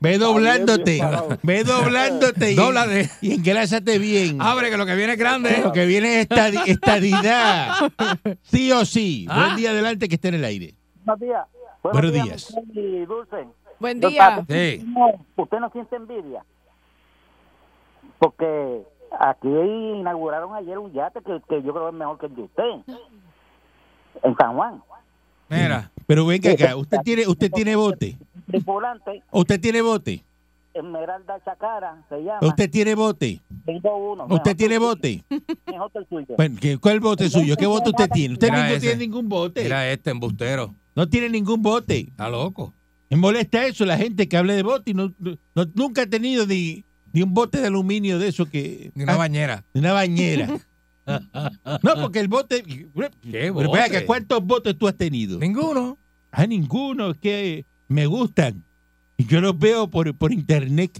Speaker 3: Ve doblándote. Ve doblándote. Este Y,
Speaker 6: Dóblate.
Speaker 3: y engrásate bien.
Speaker 6: Abre que lo que viene es grande.
Speaker 3: Lo que viene es estadi- estadidad. Sí o sí.
Speaker 6: Ah.
Speaker 3: Buen día adelante que esté en el aire.
Speaker 9: Buenos días.
Speaker 3: Buenos días.
Speaker 9: Michelle y Dulce.
Speaker 5: Buen
Speaker 9: Don
Speaker 5: día.
Speaker 9: Paco,
Speaker 6: Sí.
Speaker 9: no, usted no siente envidia. Porque aquí inauguraron ayer un yate que, que yo creo es mejor que el de usted. En San Juan.
Speaker 6: Mira.
Speaker 3: Pero venga acá. Usted tiene, usted tiene bote.
Speaker 9: Tripulante,
Speaker 3: Usted tiene bote.
Speaker 9: Esmeralda Chacara, se llama.
Speaker 3: Usted tiene bote.
Speaker 9: Tengo uno.
Speaker 3: Usted
Speaker 9: mejor que
Speaker 3: tiene
Speaker 9: el
Speaker 3: bote.
Speaker 9: suyo, Mejor que el suyo.
Speaker 3: Bueno, ¿qué- ¿Cuál bote suyo? ¿Qué bote usted tiene? Usted
Speaker 6: Mira
Speaker 3: no
Speaker 6: ese.
Speaker 3: tiene ningún bote.
Speaker 6: Mira este embustero.
Speaker 3: No tiene ningún bote.
Speaker 6: Está loco.
Speaker 3: Me molesta eso, la gente que hable de bote y no, no- nunca ha tenido ni, ni un bote de aluminio de eso que...
Speaker 6: Ni una
Speaker 3: ah,
Speaker 6: bañera.
Speaker 3: de una bañera. no, porque el bote... Pero
Speaker 6: bote?
Speaker 3: vea que ¿Cuántos botes tú has tenido?
Speaker 6: Ninguno.
Speaker 3: Ah, ninguno, es que me gustan. Y yo los veo por, por internet.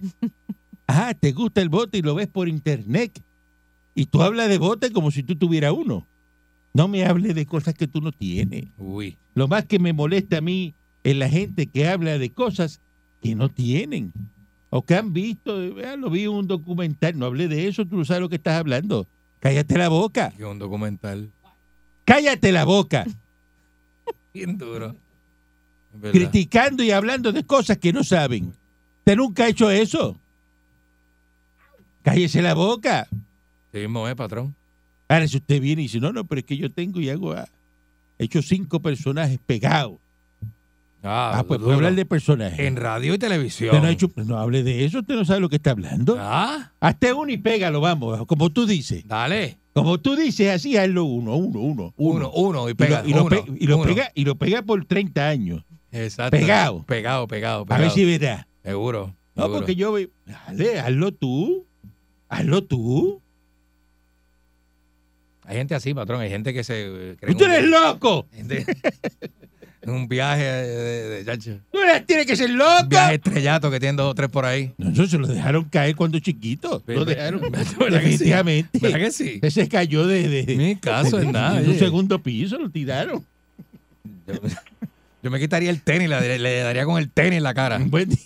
Speaker 3: Ah, te gusta el bote y lo ves por internet. Y tú hablas de bote como si tú tuvieras uno. No me hables de cosas que tú no tienes.
Speaker 6: Uy.
Speaker 3: Lo más que me molesta a mí es la gente que habla de cosas que no tienen o que han visto. Eh, ah, Lo vi en un documental, no hablé de eso, tú no sabes lo que estás hablando. Cállate la boca,
Speaker 6: Qué un documental.
Speaker 3: cállate la boca,
Speaker 6: Bien duro. Es verdad.
Speaker 3: criticando y hablando de cosas que no saben. ¿Usted nunca ha hecho eso? Cállese la boca.
Speaker 6: Sí mismo es, patrón.
Speaker 3: Ahora, si usted viene y dice, no, no, pero es que yo tengo y hago, ah, he hecho cinco personajes pegados.
Speaker 6: Ah,
Speaker 3: Ah, pues
Speaker 6: duro.
Speaker 3: puedo hablar de personajes.
Speaker 6: En radio y televisión.
Speaker 3: Usted no, ha hecho- no hable de eso, usted no sabe lo que está hablando.
Speaker 6: Ah,
Speaker 3: Hazte uno y pégalo, vamos, como tú dices.
Speaker 6: dale.
Speaker 3: Como tú dices, así hazlo uno, uno, uno.
Speaker 6: Uno, uno y
Speaker 3: Y lo,
Speaker 6: pega.
Speaker 3: y lo
Speaker 6: uno,
Speaker 3: pe- y lo
Speaker 6: uno.
Speaker 3: pega, y lo pega por 30 años.
Speaker 6: Exacto.
Speaker 3: Pegado.
Speaker 6: Pegado, pegado,
Speaker 3: A
Speaker 6: pegado.
Speaker 3: ver si verás.
Speaker 6: Seguro.
Speaker 3: No,
Speaker 6: seguro.
Speaker 3: porque yo... ve- Dale, hazlo tú. Hazlo tú.
Speaker 6: Hay gente así, patrón. Hay gente que se. eh, cree
Speaker 3: ¡Tú
Speaker 6: un-
Speaker 3: eres loco!
Speaker 6: gente- un viaje de, de- de- chacho,
Speaker 3: ¡Tú eres, tienes que ser
Speaker 6: Un
Speaker 3: loco!
Speaker 6: viaje estrellato que tienen dos o tres por ahí.
Speaker 3: No, eso se lo dejaron caer cuando chiquito. Lo
Speaker 6: Ve-
Speaker 3: dejaron...
Speaker 6: ve- ¿verdad que sí?
Speaker 3: Definitivamente.
Speaker 6: ¿Verdad que sí?
Speaker 3: Ese cayó de... de-
Speaker 6: Mi caso es
Speaker 3: de-
Speaker 6: nada.
Speaker 3: de un
Speaker 6: oye.
Speaker 3: segundo piso lo tiraron.
Speaker 6: Yo, yo me quitaría el tenis, la- le, le daría con el tenis en la cara.
Speaker 3: Buen día.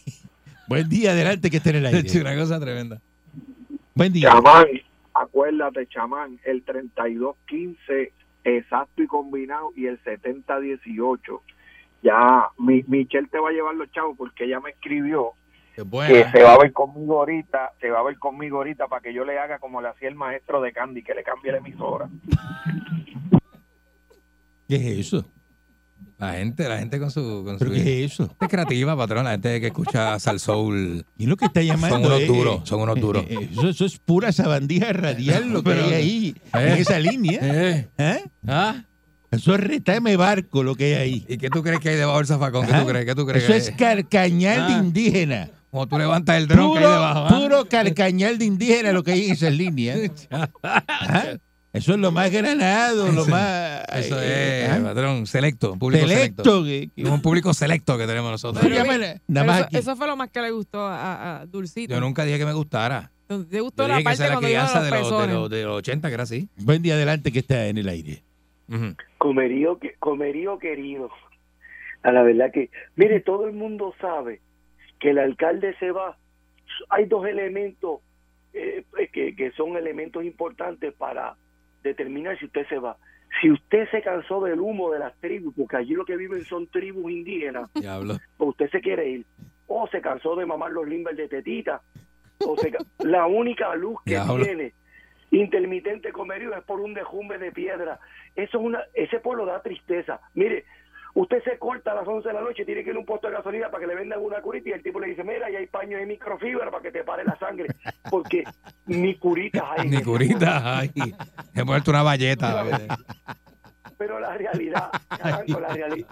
Speaker 3: Buen día, adelante que esté en el
Speaker 6: Es
Speaker 3: aire.
Speaker 6: una cosa tremenda.
Speaker 3: Buen día.
Speaker 10: Chamán, acuérdate, chamán, el 3215 exacto y combinado y el 7018. ya mi, Michelle te va a llevar los chavos porque ella me escribió
Speaker 6: buena.
Speaker 10: que se va a ver conmigo ahorita, se va a ver conmigo ahorita para que yo le haga como le hacía el maestro de Candy, que le cambie la emisora.
Speaker 3: ¿Qué es eso?
Speaker 6: La gente, la gente con su... Con
Speaker 3: ¿Pero
Speaker 6: su-
Speaker 3: qué es eso?
Speaker 6: Gente creativa, patrón. La gente que escucha Sal Soul.
Speaker 3: ¿Y lo que está llamando?
Speaker 6: Son unos
Speaker 3: eh,
Speaker 6: duros,
Speaker 3: eh,
Speaker 6: son unos
Speaker 3: eh,
Speaker 6: duros.
Speaker 3: eh, eso, eso es pura sabandija radial lo que
Speaker 6: Pero-
Speaker 3: hay ahí,
Speaker 6: Eh.
Speaker 3: en esa línea.
Speaker 6: ¿Eh?
Speaker 3: ¿eh?
Speaker 6: ¿Ah?
Speaker 3: Eso es retame barco lo que hay ahí.
Speaker 6: ¿Y qué tú crees que hay debajo del zafacón? ¿Qué
Speaker 3: Ajá.
Speaker 6: tú crees? ¿Qué tú crees?
Speaker 3: Eso
Speaker 6: que
Speaker 3: es
Speaker 6: hay?
Speaker 3: carcañal
Speaker 6: Ah.
Speaker 3: de indígena.
Speaker 6: Como tú levantas el dron que hay
Speaker 3: Puro,
Speaker 6: debajo. ¿ah?
Speaker 3: puro carcañal de indígena lo que hay en esas líneas. Ajá. Eso es lo más granado, lo
Speaker 6: Eso-
Speaker 3: más...
Speaker 6: Eso
Speaker 3: eh,
Speaker 6: es,
Speaker 3: ajá.
Speaker 6: patrón. Selecto. Un público selecto.
Speaker 3: Selecto. que- que-
Speaker 6: Es Un público selecto que tenemos nosotros.
Speaker 3: ¿Cómo se
Speaker 6: Yo,
Speaker 3: llama? Nada
Speaker 5: Pero
Speaker 3: más
Speaker 5: eso,
Speaker 3: aquí.
Speaker 5: eso fue lo más que le gustó a, a Dulcito.
Speaker 6: yo nunca dije que me gustara.
Speaker 5: Entonces, ¿Te
Speaker 6: Yo
Speaker 5: gustó la
Speaker 6: dije que
Speaker 5: parte
Speaker 6: esa es la
Speaker 5: cuando iban
Speaker 6: crianza
Speaker 5: los
Speaker 6: de los, de,
Speaker 5: pezones?
Speaker 6: los, de los 80, que era así.
Speaker 3: Buen día adelante que está en el aire.
Speaker 6: Ujú.
Speaker 11: Comerío, que- comerío querido. A la verdad que, mire, todo el mundo sabe que el alcalde se va. Hay dos elementos eh, que, que son elementos importantes para determinar si usted se va. Si usted se cansó del humo de las tribus, porque allí lo que viven son tribus indígenas,
Speaker 6: Diablo.
Speaker 11: pues usted se quiere ir. O se cansó de mamar los limbers de tetita. O se ca- la única luz que
Speaker 6: Diablo.
Speaker 11: tiene intermitente comerío es por un dejumbe de piedra. Eso es una, ese pueblo da tristeza. Mire, usted se corta a las 11 de la noche, tiene que ir a un puesto de gasolina para que le vendan una curita y el tipo le dice, mira, ahí hay paños de microfibra para que te pare la sangre. Porque ni curitas hay.
Speaker 6: Ni curita. Ay. He puesto una valleta. eh,
Speaker 11: Pero la realidad, Caranco, la realidad.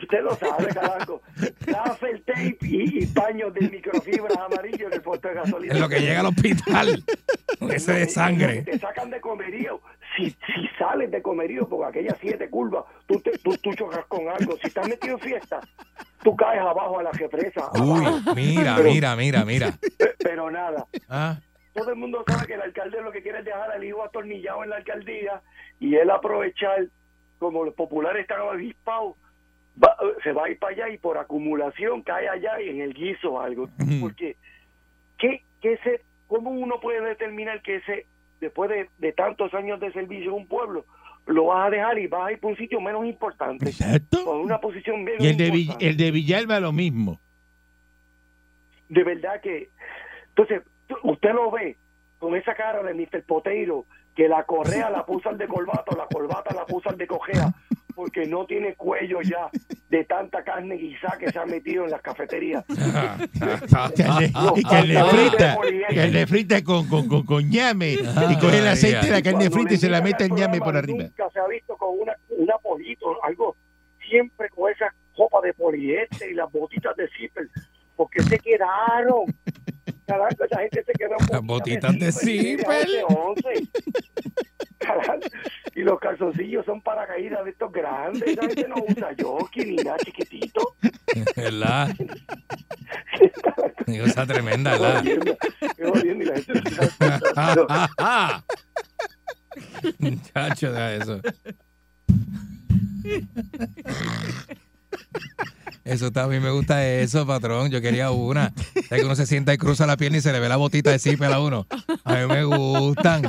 Speaker 11: Usted lo sabe, Caranco. Gaffel tape y, y paños de microfibra amarillo en el puesto de gasolina.
Speaker 6: En lo que llega al hospital. Con Ese de sangre.
Speaker 11: Te sacan de comerío. Si, si sales de comerío por aquellas siete curvas, tú, te, tú, tú chocas con algo. Si estás metido en fiesta, tú caes abajo a la represa.
Speaker 6: Uy,
Speaker 11: abajo.
Speaker 6: mira,
Speaker 11: Pero-
Speaker 6: mira, mira, mira.
Speaker 11: Pe- Pero nada,
Speaker 6: Ah,
Speaker 11: todo el mundo sabe que el alcalde lo que quiere es dejar al hijo atornillado en la alcaldía y él aprovechar, como los populares están avispados, va- se va a ir para allá y por acumulación cae allá y en el guiso algo.
Speaker 3: Ujú.
Speaker 11: Porque, ¿qué, qué se, ¿cómo uno puede determinar que ese, después de, de tantos años de servicio en un pueblo, lo vas a dejar y vas a ir para un sitio menos importante?
Speaker 3: Exacto.
Speaker 11: Con una posición menos
Speaker 3: Y el de, Vill-
Speaker 11: importante?
Speaker 3: el de Villalba lo mismo.
Speaker 11: de verdad que entonces tú- usted lo ve con esa cara de Mr. Poteiro que la correa la puso al de corbata la corbata la puso al de cojea porque no tiene cuello ya de tanta carne guisada que se ha metido en las cafeterías
Speaker 3: Carne, y carne frita, carne frita con, con, con, con ñame y coge el aceite de la carne
Speaker 11: Cuando
Speaker 3: frita Ah, y se la
Speaker 11: invitan
Speaker 3: mete
Speaker 11: al
Speaker 3: el ñame
Speaker 11: programa,
Speaker 3: por arriba.
Speaker 11: nunca se ha visto con una un apolito algo siempre con esa copa de poliéster y las botitas de zipper porque se quedaron Carajo, esa gente se quedó con
Speaker 6: Las botitas de
Speaker 11: de 11. Carajo, Y los calzoncillos son paracaídas de estos grandes. Esa gente no usa jockey ni nada chiquitito.
Speaker 6: ¿verdad? Digo, esa tremenda, ¿verdad?
Speaker 11: Qué jodiendo, y la gente se queda-
Speaker 6: Ah, Muchacho, deja eso. Eso está, a mí me gusta eso, patrón. Yo quería una. Es que uno se sienta y cruza la pierna y se le ve la botita de cipel a uno. A mí me gustan.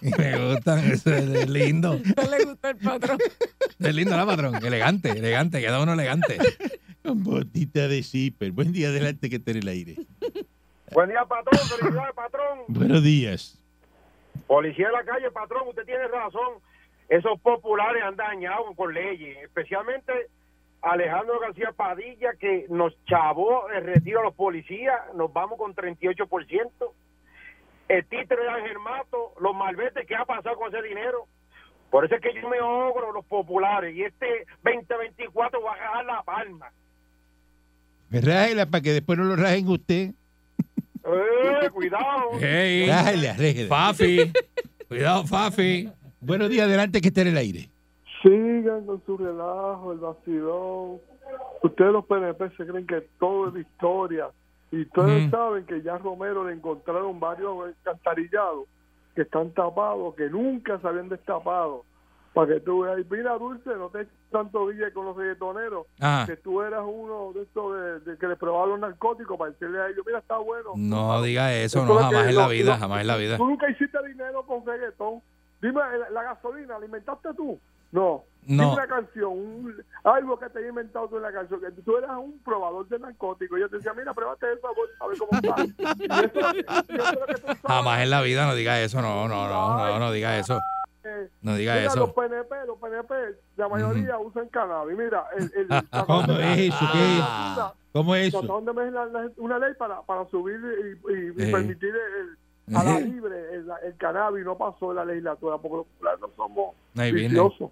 Speaker 6: Me gustan. Eso es, es lindo.
Speaker 5: No le gustó el patrón.
Speaker 6: Es lindo, ¿no, patrón? Elegante, elegante. Queda uno elegante.
Speaker 3: Con botita de zipper. Buen día adelante que está en el aire.
Speaker 8: Buen día, patrón. Felicidades, patrón.
Speaker 3: Buenos días.
Speaker 8: Policía de la calle, patrón, usted tiene razón. Esos populares han dañado por leyes, especialmente Alejandro García Padilla, que nos chavó el retiro a los policías, nos vamos con 38%. El títere de Ángel Mato, los malvetes, ¿qué ha pasado con ese dinero? Por eso es que yo me ogro los populares y este 2024 va a ganar la palma.
Speaker 3: Rájela para que después no lo rajen usted.
Speaker 8: ¡Eh, cuidado!
Speaker 6: Hey,
Speaker 3: Rájela, rájela.
Speaker 6: Fafi. Cuidado, Fafi.
Speaker 3: Buenos días adelante que está en el aire.
Speaker 8: Sigan con su relajo, el vacilón. Ustedes los PNP se creen que todo es victoria. Y ustedes
Speaker 6: Mm.
Speaker 8: saben que ya a Romero le encontraron varios encantarillados que están tapados, que nunca se habían destapado. Para que tú veas, Y mira Dulce, no te eches tanto guille con los reggaetoneros,
Speaker 6: Ah,
Speaker 8: que tú eras uno de estos de, de que les probaron narcóticos para decirle a ellos, mira, está bueno. Ah,
Speaker 6: no diga
Speaker 8: Esto
Speaker 6: eso, no,
Speaker 8: es lo que-
Speaker 6: jamás en la
Speaker 8: lo-
Speaker 6: vida,
Speaker 8: lo-
Speaker 6: jamás en la vida.
Speaker 8: eh, Tú nunca hiciste dinero con reggaetón. Dime, la, la gasolina, ¿la inventaste tú? No.
Speaker 6: No.
Speaker 11: Dime una canción, un- algo que te haya inventado tú en la canción, que tú eras un probador de narcóticos. Y yo te decía, mira, pruébate el favor, a ver cómo está. Y eso- y eso es lo que tú
Speaker 6: Jamás en la vida no diga eso, no, no, no, no, no diga eso.
Speaker 11: sabes.
Speaker 6: No diga
Speaker 11: Mira,
Speaker 6: eso.
Speaker 11: Los PNP, los PNP, la mayoría usan cannabis. Mira, el, el, la-
Speaker 3: ¿Cómo es eso? ¿Qué es?
Speaker 11: la-
Speaker 3: ¿Cómo es eso?
Speaker 11: trataron de legislar la- una ley para, para subir y, y- y
Speaker 3: Eh.
Speaker 11: permitir el, a la libre el, el cannabis. No pasó en la legislatura porque los populares no somos
Speaker 6: Ahí viene.
Speaker 11: viciosos.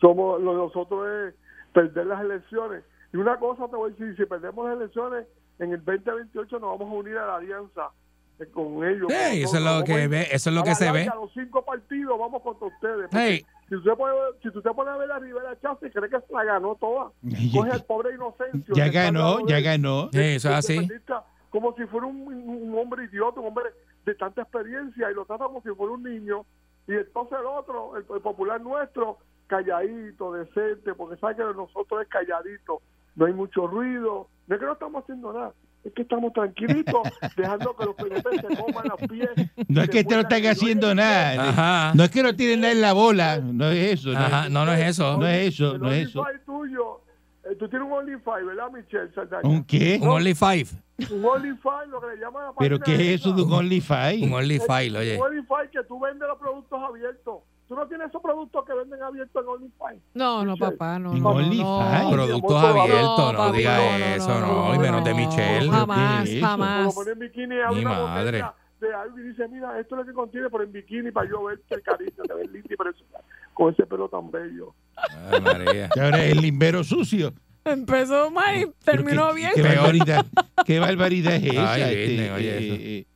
Speaker 11: Somos, lo de nosotros es perder las elecciones. Y una cosa te voy a decir, si perdemos las elecciones, en el 2028 nos vamos a unir a la alianza eh, con ellos.
Speaker 6: Ey, eso es lo que ve, eso es lo
Speaker 11: A
Speaker 6: que
Speaker 11: la
Speaker 6: se ve.
Speaker 11: larga, Los cinco partidos vamos contra ustedes. porque
Speaker 6: Ey.
Speaker 11: Si usted, pone, si usted pone a ver a Rivera Chávez, cree que se la ganó toda. Coge al pobre Inocencio.
Speaker 3: Ya
Speaker 11: que está al lado
Speaker 3: ganó, ya
Speaker 11: de-
Speaker 3: ganó.
Speaker 11: de- de independentista, Como si fuera un, un hombre idiota, un hombre de tanta experiencia, y lo trata como si fuera un niño. Y entonces el otro, el, el popular nuestro, calladito, decente, porque sabe que de nosotros es calladito, no hay mucho ruido, no es que no estamos haciendo nada. Es que estamos tranquilitos, dejando que los PNP se coman las pies.
Speaker 3: No es que te no están haciendo nada. ¿eh? No es que no tienen nada en la bola. No es eso.
Speaker 6: Ajá, no, no es eso.
Speaker 3: No es eso,
Speaker 11: El
Speaker 3: no es eso.
Speaker 11: OnlyFi tuyo, eh, tú tienes un OnlyFi, ¿verdad, Michelle? Saldaña?
Speaker 3: ¿Un qué?
Speaker 6: Un Only Five.
Speaker 11: Un OnlyFi, lo que le llaman a
Speaker 3: ¿Pero qué es eso de un OnlyFi?
Speaker 6: Un OnlyFi, oye.
Speaker 11: Un OnlyFi que tú vendes los productos abiertos. Tú no tienes esos productos que venden abiertos en OnlyFi.
Speaker 5: No, no, papá, no.
Speaker 3: En
Speaker 5: no,
Speaker 3: OnlyFans.
Speaker 5: no.
Speaker 6: Productos abiertos, no diga eso, no, y menos de Michelle.
Speaker 5: Jamás,
Speaker 6: ¿Qué es eso?
Speaker 5: jamás.
Speaker 11: Cuando ponen bikini a
Speaker 6: Mi
Speaker 11: una
Speaker 6: madre.
Speaker 11: botella de algo y dice, mira, esto es lo que contiene, pero en bikini para yo verte el cariño, te ves linda y preciosa, con ese pelo tan bello.
Speaker 6: Ay, María.
Speaker 3: Y ahora el limbero sucio.
Speaker 5: Empezó mal y
Speaker 3: Pero
Speaker 5: terminó
Speaker 3: qué-
Speaker 5: bien.
Speaker 3: Qué barbaridad, qué barbaridad es esa.
Speaker 6: Ay,
Speaker 3: este,
Speaker 6: Disney, oye,
Speaker 3: eh,
Speaker 6: eso.
Speaker 3: eh, eh,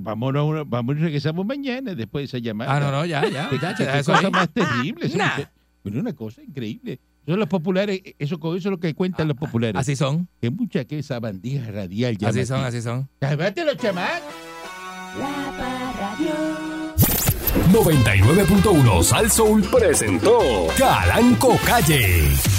Speaker 3: Vamos, a una- vamos y regresamos mañana después de esa llamada.
Speaker 6: Ah, no, no, ya, ya, ya,
Speaker 3: Qué
Speaker 6: ya, eso
Speaker 3: cosa
Speaker 6: ahí.
Speaker 3: más terrible. eso,
Speaker 6: Nah.
Speaker 3: mujer. Pero una cosa increíble. Son los populares, eh, eso, con eso es lo que cuentan los populares.
Speaker 6: Ah, Así son,
Speaker 3: Que mucha que esa bandija radial. llama
Speaker 6: así son,
Speaker 3: aquí.
Speaker 6: así son.
Speaker 3: Cálmate los chamacos.
Speaker 2: La Parra Radio.
Speaker 1: 99.1 Sal Soul presentó Calanco Calle.